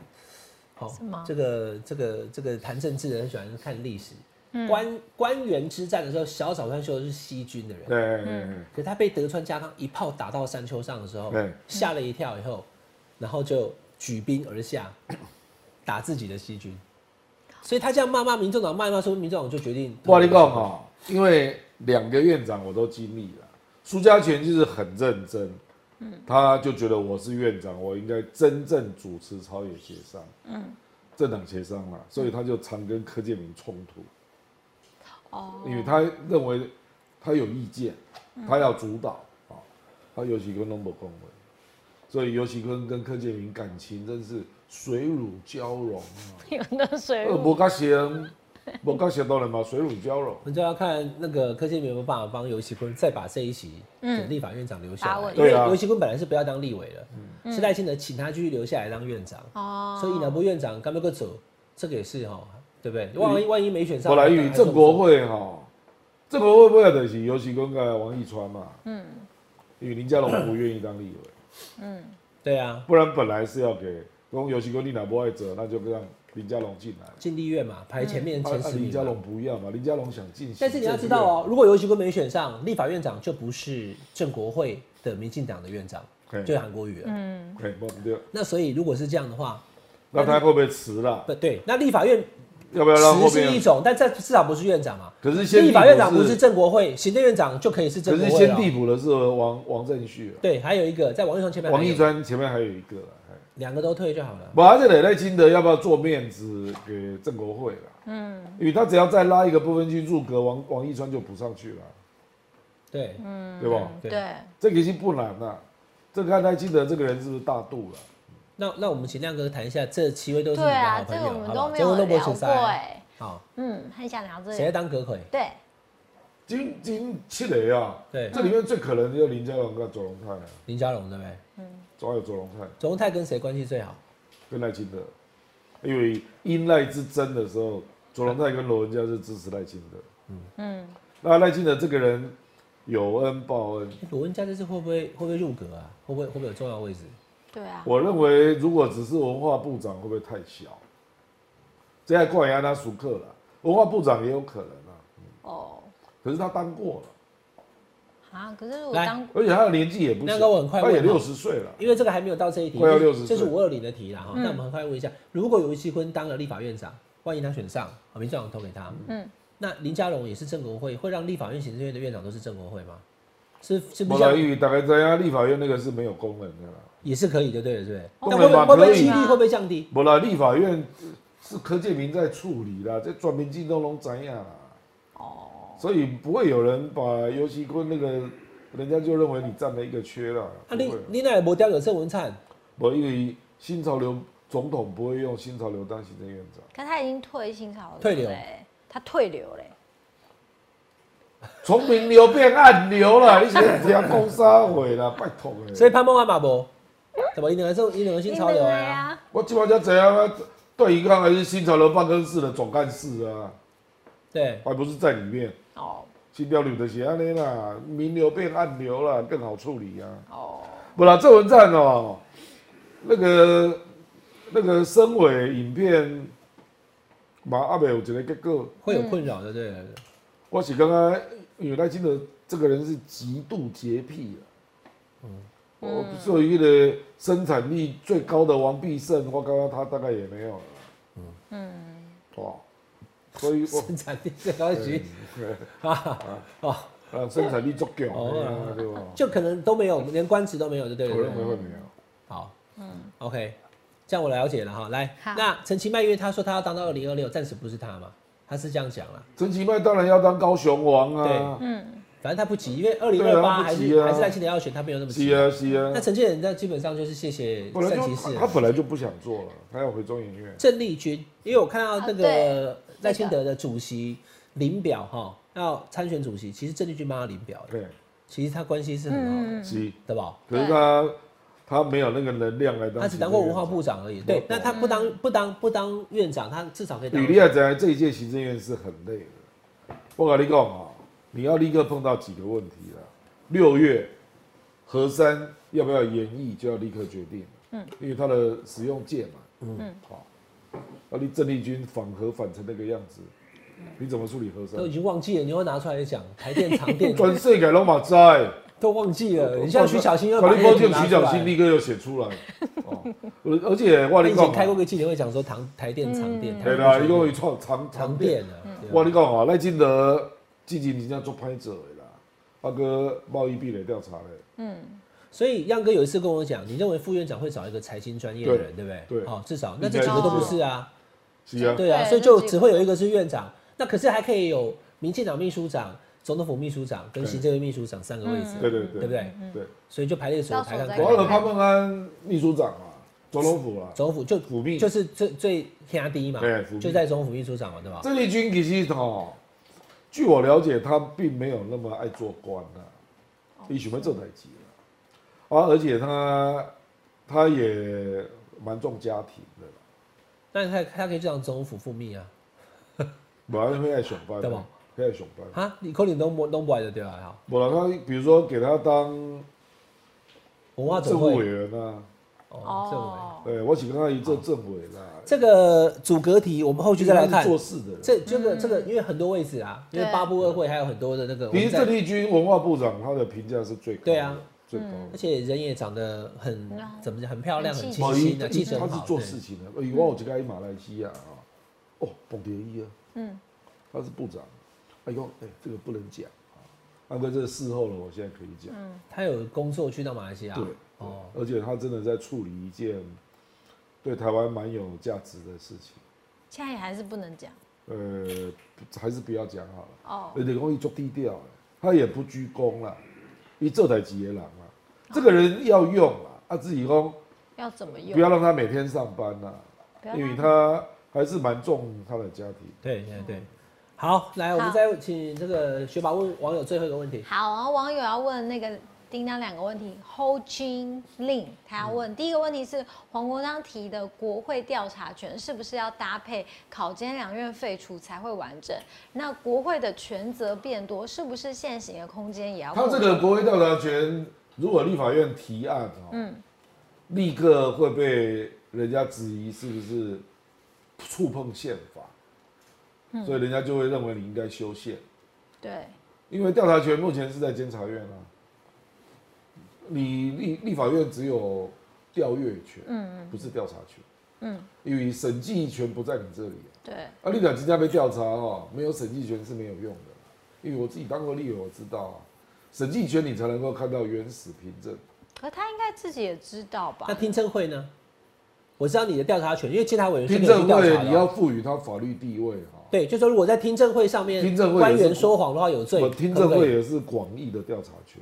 Speaker 2: 好、
Speaker 4: 吗
Speaker 2: 这个这个这个谈政治的很喜欢看历史，官官员之战的时候，小早川秀是西军的人，
Speaker 3: 对，
Speaker 2: 可他被德川家康一炮打到山丘上的时候
Speaker 3: 对，
Speaker 2: 吓了一跳以后，然后就举兵而下，打自己的西军。所以他这样骂骂民众党，骂一骂说民众党就决定。
Speaker 3: 我跟你
Speaker 4: 啊
Speaker 3: 讲哦哈，因为两个院长我都经历了，苏家全就是很认真，
Speaker 4: 嗯
Speaker 3: 他就觉得我是院长，我应该真正主持朝野协商，嗯，政党协商嘛，所以他就常跟柯建明冲突，
Speaker 4: 哦，嗯
Speaker 3: 因为他认为他有意见，他要主导啊、他尤其跟龙伯恭维，所以尤其跟跟柯建明感情真是水乳交融啊。
Speaker 4: 有那水
Speaker 3: 呃，
Speaker 4: 乳
Speaker 3: 无甲成，无甲成当然嘛，水乳交融。
Speaker 2: 我们就要看那个柯建明有没有办法帮尤其坤再把这一席的立法院长留下
Speaker 4: 嗯把
Speaker 2: 来，
Speaker 4: 稳
Speaker 2: 因为
Speaker 3: 对啊嗯
Speaker 2: 尤其坤本来是不要当立委的，是赖清德请他继续留下来当院长，
Speaker 4: 哦，
Speaker 2: 所以南部院长干不个走，这个也是哈，对不对？万一万一没选上，
Speaker 3: 后来与
Speaker 2: 还
Speaker 3: 郑国会哈，郑国会不会就是尤其跟个王义川嘛？嗯，因为林佳龙不愿意当立 委，
Speaker 2: 对啊，
Speaker 3: 不然本来是要给跟尤其跟你哪不爱者，那就让林佳龙进来。
Speaker 2: 进立院嘛，排前面
Speaker 3: 啊
Speaker 2: 前
Speaker 3: 啊
Speaker 2: 十
Speaker 3: 林
Speaker 2: 名
Speaker 3: 佳
Speaker 2: 嘛。
Speaker 3: 龙不要嘛，林佳龙想进行
Speaker 2: 但是
Speaker 3: 政治
Speaker 2: 你
Speaker 3: 院。
Speaker 2: 要知道哦，如果尤其坤没选上，立法院长就不是郑国会的民进党的院长，
Speaker 3: 嘿
Speaker 2: 就是韩国瑜了。
Speaker 4: 嗯
Speaker 3: 嘿，对不对，
Speaker 2: 那所以如果是这样的话，
Speaker 3: 那他会不会辞了？
Speaker 2: 不对，那立法院
Speaker 3: 要不要让
Speaker 2: 实
Speaker 3: 后
Speaker 2: 是一
Speaker 3: 面？
Speaker 2: 种，但这至少不是院长嘛。
Speaker 3: 可是先
Speaker 2: 立法院长不是
Speaker 3: 是，
Speaker 2: 郑国会，行政院长就可以是
Speaker 3: 可
Speaker 2: 郑国
Speaker 3: 是
Speaker 2: 会
Speaker 3: 先
Speaker 2: 了哦。
Speaker 3: 递补的是王王正旭啊，
Speaker 2: 对，还有一个在王一川前面还有，
Speaker 3: 王义川前面还有一个啊，嘿
Speaker 2: 两个都退就好了。
Speaker 3: 我而且磊磊金德要不要做面子给郑国会了？嗯，因为他只要再拉一个不分区入阁，王王一川就补上去了，
Speaker 2: 对，
Speaker 3: 对吧？
Speaker 2: 对啊
Speaker 4: 对，
Speaker 3: 这个已经不难了、这个看赖金德这个人是不是大度了？
Speaker 2: 那那我们请亮哥谈一下，这七位都是你
Speaker 4: 对
Speaker 2: 的
Speaker 4: 啊
Speaker 2: 好，
Speaker 4: 这
Speaker 2: 朋
Speaker 4: 个
Speaker 2: 友，
Speaker 4: 我们
Speaker 2: 好
Speaker 4: 都
Speaker 2: 吧？
Speaker 4: 没
Speaker 2: 这
Speaker 4: 有
Speaker 2: 个
Speaker 4: 聊
Speaker 2: 都不
Speaker 4: 过
Speaker 2: 是塞。
Speaker 4: 哎、
Speaker 2: 好，
Speaker 4: 嗯，很想聊这
Speaker 2: 谁
Speaker 4: 个。
Speaker 2: 当阁魁？
Speaker 4: 对，
Speaker 3: 金金七雷啊，
Speaker 2: 对
Speaker 3: 这里面最可能的就是林佳龙跟左龙泰啊，
Speaker 2: 林佳龙对不对？
Speaker 3: 总有左龙泰
Speaker 2: 左荣泰跟谁关系最好？
Speaker 3: 跟赖清德，因为因赖之争的时候，左龙泰跟罗文嘉是支持赖清德，
Speaker 4: 嗯，
Speaker 3: 那赖清德这个人有恩报恩，
Speaker 2: 哎罗文佳这次会不会会不会入阁啊？会不会会不会有重要位置？
Speaker 4: 对啊，
Speaker 3: 我认为如果只是文化部长会不会太小？这样怪亚他熟客了，文化部长也有可能啊，
Speaker 4: 哦，
Speaker 3: 可是他当过了，
Speaker 4: 啊，可是如果
Speaker 2: 来
Speaker 4: 当
Speaker 3: 而且他的年纪也不小，
Speaker 2: 那个我很快
Speaker 3: 他也
Speaker 2: 问好哦
Speaker 3: 六十岁了，
Speaker 2: 因为这个还没有到这一题，
Speaker 3: 快要
Speaker 2: 这
Speaker 3: 60
Speaker 2: 这是
Speaker 3: 岁
Speaker 2: 五二零的题了哈。那我们很快问一下，如果有一期坤当了立法院长，万一他选上，好民进党投给他，
Speaker 4: 嗯
Speaker 2: 嗯，那林佳龙也是郑国会，会让立法院、行政院的院长都是郑国会吗？是是不
Speaker 3: 莫
Speaker 2: 是
Speaker 3: 兰
Speaker 2: 像
Speaker 3: 玉大概在家立法院那个是没有功能的啦。
Speaker 2: 也是可以的，对了，对不对？
Speaker 3: 哦
Speaker 2: 那会不会
Speaker 3: 当然嘛
Speaker 2: 会不会
Speaker 3: 可以
Speaker 2: 几率
Speaker 4: 啊
Speaker 2: 会不会降低？
Speaker 3: 无啦，立法院是柯建明在处理啦，这全民进都拢知影啦。哦，所以不会有人把尤其坤那个，人家就认为你占了一个缺啦。
Speaker 2: 啊，
Speaker 3: 不会
Speaker 2: 你你那也没掉有郑文灿，
Speaker 3: 不因为新潮流总统不会用新潮流当行政院长，
Speaker 4: 可他已经退新潮流
Speaker 2: 退流
Speaker 4: 嘞，他退流嘞，
Speaker 3: 从明流变暗流了，你先听讲啥话啦， 拜托诶、
Speaker 2: 所以潘梦安嘛不，怎么一两个是一两个新潮流
Speaker 4: 你
Speaker 2: 的
Speaker 4: 们来
Speaker 2: 啊？
Speaker 4: 啊，
Speaker 3: 我基本上怎样啊？段宜康还是新潮流办公室的总干事啊，
Speaker 2: 对，
Speaker 3: 还不是在里面。
Speaker 4: 哦
Speaker 3: 新标旅的鞋安尼啦，明流变暗流啦，更好处理啊。
Speaker 4: 哦，
Speaker 3: 不啦，郑文灿哦，那个那个身尾影片嘛，阿北有一个结果，
Speaker 2: 会有困扰的，对 了。
Speaker 3: 我是刚刚有赖清德这个人是极度洁癖啊嗯，我作为一个生产力最高的王必胜，我刚刚他大概也没有了。嗯嗯，哇，所以
Speaker 2: 生产力最高级，
Speaker 3: 我啊生产力足够，
Speaker 2: 哦
Speaker 3: 对吧？
Speaker 2: 就可能都没有，连官职都没有，就对了
Speaker 3: 我
Speaker 2: 对
Speaker 3: 认
Speaker 2: 不
Speaker 3: 为
Speaker 2: 对。
Speaker 3: 会没有。
Speaker 2: 好，嗯，OK，这样我了解了哈。来
Speaker 4: 好，
Speaker 2: 那陈其迈因为他说他要当到二零二六，暂时不是他嘛，他是这样讲啦。
Speaker 3: 陈其迈当然要当高雄王啊，
Speaker 2: 反正他不急，因为二零
Speaker 3: 对
Speaker 2: 二
Speaker 3: 啊
Speaker 2: 八
Speaker 3: 他
Speaker 2: 还
Speaker 3: 不
Speaker 2: 是、
Speaker 3: 急啊
Speaker 2: 还是赖清德要选，他没有那么急。
Speaker 3: 是啊是啊
Speaker 2: 那，陈建仁在基本上就是谢谢
Speaker 3: 本来
Speaker 2: 善
Speaker 3: 就
Speaker 2: 嗯其事
Speaker 3: 他本来就不想做了，他要回中研院。
Speaker 2: 郑丽君，因为我看到那
Speaker 4: 啊
Speaker 2: 个赖清德的主席林表哈要参选主席，其实郑丽君帮他领表的，
Speaker 3: 对，
Speaker 2: 其实他关系是很好的，
Speaker 3: 是，
Speaker 2: 对吧？
Speaker 3: 可是他他没有那个能量来当。
Speaker 2: 他只当过文化部。长而已，对
Speaker 3: 对，
Speaker 2: 那他不当不当不当院长，他至少可以当
Speaker 3: 吕立亚在这一届行政院是很累的，我跟你讲啊，你要立刻碰到几个问题了。六月核三要不要延役，就要立刻决定。嗯，因为它的使用届嘛。嗯，好，要立郑丽君反核反成那个样子，你怎么处理核三
Speaker 2: 都已？经忘记了，你又拿出来讲台电、长 电
Speaker 3: 全世界拢嘛知。
Speaker 2: 都忘记了。你像徐小新又把
Speaker 3: 考
Speaker 2: 那
Speaker 3: 虑包
Speaker 2: 个
Speaker 3: 就
Speaker 2: 拿
Speaker 3: 徐
Speaker 2: 出
Speaker 3: 小
Speaker 2: 来
Speaker 3: 新立刻又写 出来，哦，而而且我
Speaker 2: 他
Speaker 3: 跟
Speaker 2: 以前
Speaker 3: 你讲
Speaker 2: 开过
Speaker 3: 啊，
Speaker 2: 个记者会，讲说长台电、长电，
Speaker 3: 嗯对啊啦，
Speaker 2: 一
Speaker 3: 伊
Speaker 2: 共
Speaker 3: 讲伊创
Speaker 2: 长
Speaker 3: 长长
Speaker 2: 电
Speaker 3: 店，
Speaker 2: 啊。
Speaker 4: 嗯
Speaker 2: 对
Speaker 3: 我
Speaker 2: 啊
Speaker 3: 跟你讲啊，赖清德最近真正做歹做的啦，啊个贸易壁垒调查嘞，
Speaker 2: 所以亮哥有一次跟我讲，你认为副院长会找一个财经专业的人，对不对？
Speaker 3: 对
Speaker 2: 好，至少那
Speaker 3: 应
Speaker 2: 这
Speaker 3: 该
Speaker 2: 几个
Speaker 4: 是
Speaker 2: 都不
Speaker 4: 这样
Speaker 2: 是啊，
Speaker 3: 是啊，
Speaker 2: 对啊，
Speaker 4: 对
Speaker 2: 所以
Speaker 4: 这
Speaker 2: 就
Speaker 4: 几个
Speaker 2: 只会有一个是院长，那可是还可以有民进党秘书长、总统府秘书长跟
Speaker 3: 对
Speaker 2: 行政院秘书长三个位置，
Speaker 3: 对对
Speaker 2: 啊对嗯
Speaker 3: 对
Speaker 2: 不对？
Speaker 3: 对，
Speaker 2: 所以就排列组合
Speaker 4: 到时
Speaker 2: 排
Speaker 4: 候
Speaker 2: 上
Speaker 4: 再
Speaker 2: 去
Speaker 4: 对
Speaker 3: 我。有潘孟安秘书长啊，总统府啊，哎
Speaker 2: 总府就
Speaker 3: 府秘
Speaker 2: 就是最最压低嘛
Speaker 3: 对啊府，秘
Speaker 2: 就在总府秘书长嘛，对吧？
Speaker 3: 郑丽君其实哦，据我了解，他并没有那么爱做官啊，
Speaker 2: 哦
Speaker 3: 伊想要做代志啦，啊，而且他他也蛮重家庭的啦。
Speaker 2: 那他他可以去当总府副秘啊，
Speaker 3: 无啊，会爱上班，
Speaker 2: 对吧？
Speaker 3: 会爱上班。
Speaker 2: 哈，你可能都不都不来的对吧？哈，
Speaker 3: 无啦，他比如说给他当
Speaker 2: 文化
Speaker 3: 政
Speaker 2: 总
Speaker 3: 务委
Speaker 2: 会
Speaker 3: 员啊，
Speaker 2: 哦，政委。
Speaker 4: 哦，
Speaker 3: 对，我请跟他一做政委啦。
Speaker 2: 这个阻隔题我们后续再来
Speaker 3: 他
Speaker 2: 看
Speaker 3: 是。做事的人。
Speaker 2: 这这个这个，因为很多位置啊，因为
Speaker 4: 对
Speaker 2: 八部二会还有很多的那个，我
Speaker 3: 其
Speaker 2: 们
Speaker 3: 实
Speaker 2: 在
Speaker 3: 郑丽君文化部长他的评价是最高的，
Speaker 2: 对啊，
Speaker 3: 最高
Speaker 2: 而
Speaker 3: 的。
Speaker 2: 且人也长得很
Speaker 4: 嗯
Speaker 2: 怎么讲，很漂亮，
Speaker 4: 很
Speaker 2: 很
Speaker 4: 气
Speaker 2: 清
Speaker 4: 质
Speaker 2: 新的，
Speaker 3: 他
Speaker 2: 气质很
Speaker 3: 他
Speaker 2: 好。
Speaker 3: 是做
Speaker 2: 对
Speaker 3: 事情的。哎，我有一个马来西亚啊，哦，彭蝶一啊，
Speaker 4: 嗯，
Speaker 3: 他是部长。哎呦，哎，这个不能讲啊。安哥，这个事后了，我现在可以讲。
Speaker 2: 他有工作去到马来西亚，
Speaker 3: 对，
Speaker 2: 哦，
Speaker 3: 而且他真的在处理一件对台湾蛮有价值的事情。
Speaker 4: 现在也还是不能讲
Speaker 3: 呃，不还是不要讲好了。
Speaker 4: 哦。
Speaker 3: 人家讲伊做低调的，他也不鞠躬啦，伊做台几个人啊，这个人要用
Speaker 4: 哦
Speaker 3: 啦，啊自己讲
Speaker 4: 要怎么用？
Speaker 3: 不要让他每天上班啦，
Speaker 4: 不要
Speaker 3: 因为他还是蛮重他的家庭。
Speaker 2: 对对对，好，来，我们
Speaker 4: 好
Speaker 2: 再请这个雪宝问网友最后一个问题。
Speaker 4: 好，然后网友要问那个叮当两个问题，Ho Jin Lin，他要问、第一个问题是黄国章提的国会调查权是不是要搭配考监两院废除才会完整？那国会的权责变多，是不是现行的空间也要？
Speaker 3: 他这个国会调查权，如果立法院提案哦，
Speaker 4: 嗯
Speaker 3: 立刻会被人家质疑是不是触碰宪法，
Speaker 4: 嗯
Speaker 3: 所以人家就会认为你应该修宪。
Speaker 4: 对，
Speaker 3: 因为调查权目前是在监察院啊，你立立法院只有调阅权，不是调查权，因为审计权不在你这里啊。
Speaker 4: 对，
Speaker 3: 啊，立法机家被调查哦，没有审计权是没有用的，因为我自己当过立委，我知道啊，审计权你才能够看到原始凭证。
Speaker 4: 可他应该自己也知道吧
Speaker 2: 那？听证会呢？我知道你的调查权，因为监察委员是
Speaker 3: 听
Speaker 2: 可以去
Speaker 3: 证
Speaker 2: 调查的哦
Speaker 3: 会你要赋予它法律地位啊哈、
Speaker 2: 对，就说如果在听证会上面，
Speaker 3: 听证会也是
Speaker 2: 官员说谎的话有罪，
Speaker 3: 我听证
Speaker 2: 可不可
Speaker 3: 会
Speaker 2: 以
Speaker 3: 也是广义的调查权，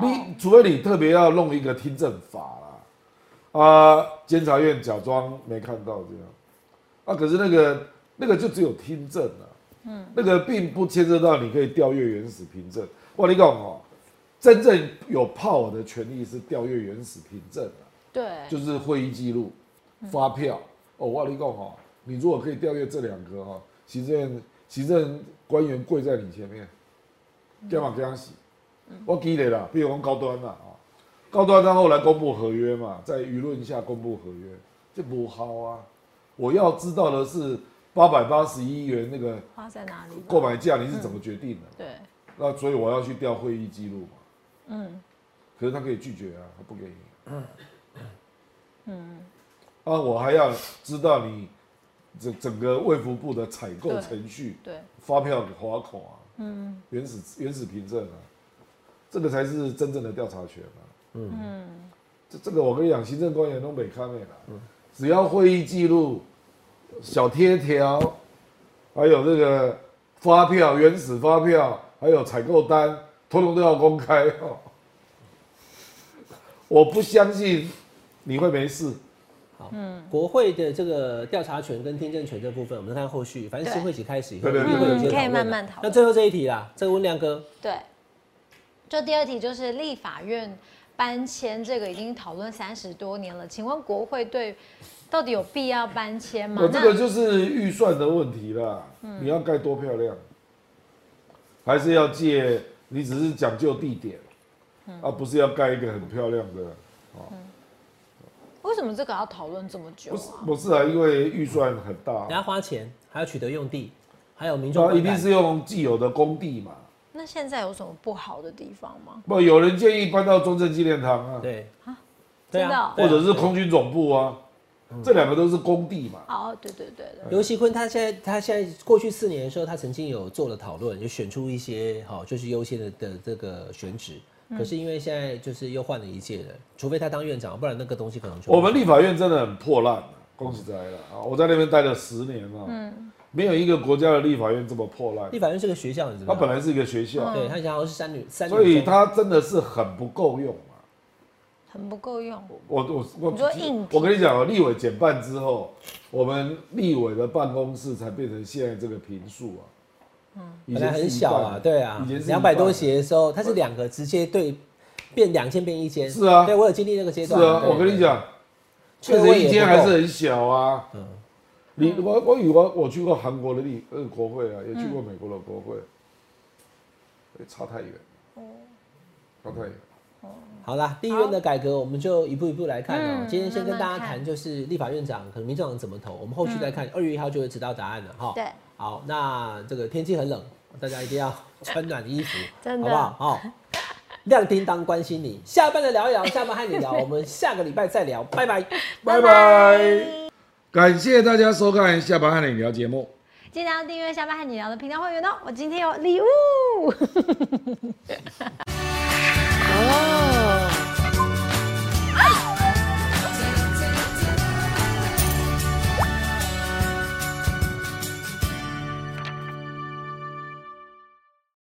Speaker 3: 你除非你特别要弄一个听证法啦，啊，监察院假装没看到这样，啊，可是那个那个就只有听证啊，嗯，那个并不牵涉到你可以调阅原始凭证。我你讲哦，真正有 power 的权利是调阅原始凭证啊，
Speaker 4: 对，
Speaker 3: 就是会议记录、发票。哦，我跟你讲哦，你如果可以调阅这两个哦，行政行政官员跪在你前面，干嘛这样洗？我记得啦，比如讲高端啦啊，哦高端他后来公布合约嘛，在舆论下公布合约，这不好啊。我要知道的是八百八十一元那个
Speaker 4: 花在哪里吧？
Speaker 3: 购买价你是怎么决定的？
Speaker 4: 对，
Speaker 3: 那所以我要去调会议记录嘛。嗯。可是他可以拒绝啊，他不给你。嗯。啊，我还要知道你整整个卫福部的采购
Speaker 4: 对
Speaker 3: 程序、
Speaker 4: 对，
Speaker 3: 发票划口啊，嗯，原始原始凭证啊，这个才是真正的调查权啊。嗯。这这个我跟你讲，行政官员都没看面啦，只要会议记录、小贴条，还有这个发票、原始发票，还有采购单，通通都要公开 哦。我不相信你会没事。
Speaker 2: 好，
Speaker 4: 嗯
Speaker 2: 国会的这个调查权跟听证权这部分，我们看后续，反正
Speaker 4: 对
Speaker 2: 新会期开始以后，
Speaker 3: 对对对
Speaker 2: 一定会有一些
Speaker 4: 嗯可以
Speaker 2: 讨论的
Speaker 4: 慢慢讨论
Speaker 2: 那最后这一题啦，这个问亮哥，
Speaker 4: 对，就第二题就是立法院搬迁这个已经讨论三十多年了，请问国会对到底有必要搬迁吗
Speaker 3: 我？这
Speaker 4: 嗯那嗯
Speaker 3: 个就是预算的问题啦。你要盖多漂亮，还是要借？你只是讲究地点，
Speaker 4: 嗯
Speaker 3: 而不是要盖一个很漂亮的。
Speaker 4: 为什么这个要讨论这么久
Speaker 3: 不是
Speaker 4: 啊？
Speaker 3: 不是啊，因为预算很大
Speaker 2: 你，要花钱，还要取得用地，还有民众
Speaker 3: 那
Speaker 2: 观
Speaker 3: 哦一
Speaker 2: 感
Speaker 3: 定是用既有的工地嘛。
Speaker 4: 那现在有什么不好的地方吗？
Speaker 3: 不，有人建议搬到中正纪念堂啊，
Speaker 2: 对啊，对
Speaker 4: 真的哦
Speaker 2: 啊，对
Speaker 3: 或
Speaker 2: 啊
Speaker 3: 者是空军总部啊，这两个都是工地嘛。
Speaker 4: 哦，对对对对，
Speaker 2: 刘锡坤他现在他现在过去四年的时候，他曾经有做了讨论，有选出一些好、就是优先的的这个选址。
Speaker 4: 嗯
Speaker 2: 可是因为现在就是又换了一届人，除非他当院长，不然那个东西可能就
Speaker 3: 我们立法院真的很破烂、啊，恭喜在了啊！我在那边待了十年啊，没有一个国家的立法院这么破烂
Speaker 2: 立。法院是个学校，你知道
Speaker 3: 它
Speaker 2: 吗？
Speaker 3: 本来是一个学校，
Speaker 2: 对他以前好像是三女三女中，
Speaker 3: 所以它真的是很不够用啊。
Speaker 4: 很不够用。
Speaker 3: 我我我，
Speaker 4: 你说硬体
Speaker 3: 我跟你讲哦，立委减半之后，我们立委的办公室才变成现在这个平数啊。嗯，以
Speaker 2: 本来
Speaker 3: 前是
Speaker 2: 很
Speaker 3: 一
Speaker 2: 小
Speaker 3: 半
Speaker 2: 啊，对啊
Speaker 3: 以前，是
Speaker 2: 两
Speaker 3: 一
Speaker 2: 百
Speaker 3: 半
Speaker 2: 多席的时候，它是两个直接对变两间变一间，
Speaker 3: 是啊
Speaker 2: 对我有经历那个阶
Speaker 3: 是
Speaker 2: 段，
Speaker 3: 啊，
Speaker 2: 对
Speaker 3: 我跟你，讲，
Speaker 2: 对
Speaker 3: 确
Speaker 2: 确
Speaker 3: 实
Speaker 2: 实
Speaker 3: 一
Speaker 2: 也
Speaker 3: 间
Speaker 2: 不
Speaker 3: 还
Speaker 2: 够
Speaker 3: 是很小啊。嗯，你我我以我我去过韩国的立呃国会啊，也去过美国的国会，哎差太远了，差太远了。
Speaker 2: 好啦，立院的改革我们就一步一步来看啊、
Speaker 4: 嗯
Speaker 2: 今天先跟大
Speaker 4: 慢
Speaker 2: 家
Speaker 4: 慢看
Speaker 2: 谈就是立法院长可能民众党怎么投，我们后续再看，二、月一号就会知道答案了哈。
Speaker 4: 嗯对，
Speaker 2: 好，那这个天气很冷，大家一定要穿暖衣服，
Speaker 4: 真的
Speaker 2: 好不好？好、亮叮当关心你，下班的聊一聊，下班和你 聊，我们下个礼拜再聊，拜拜。
Speaker 3: 拜拜，感谢大家收看《下班和你聊》节目。
Speaker 4: 记得要订阅下班和你聊的频道会员哦，我今天有礼物。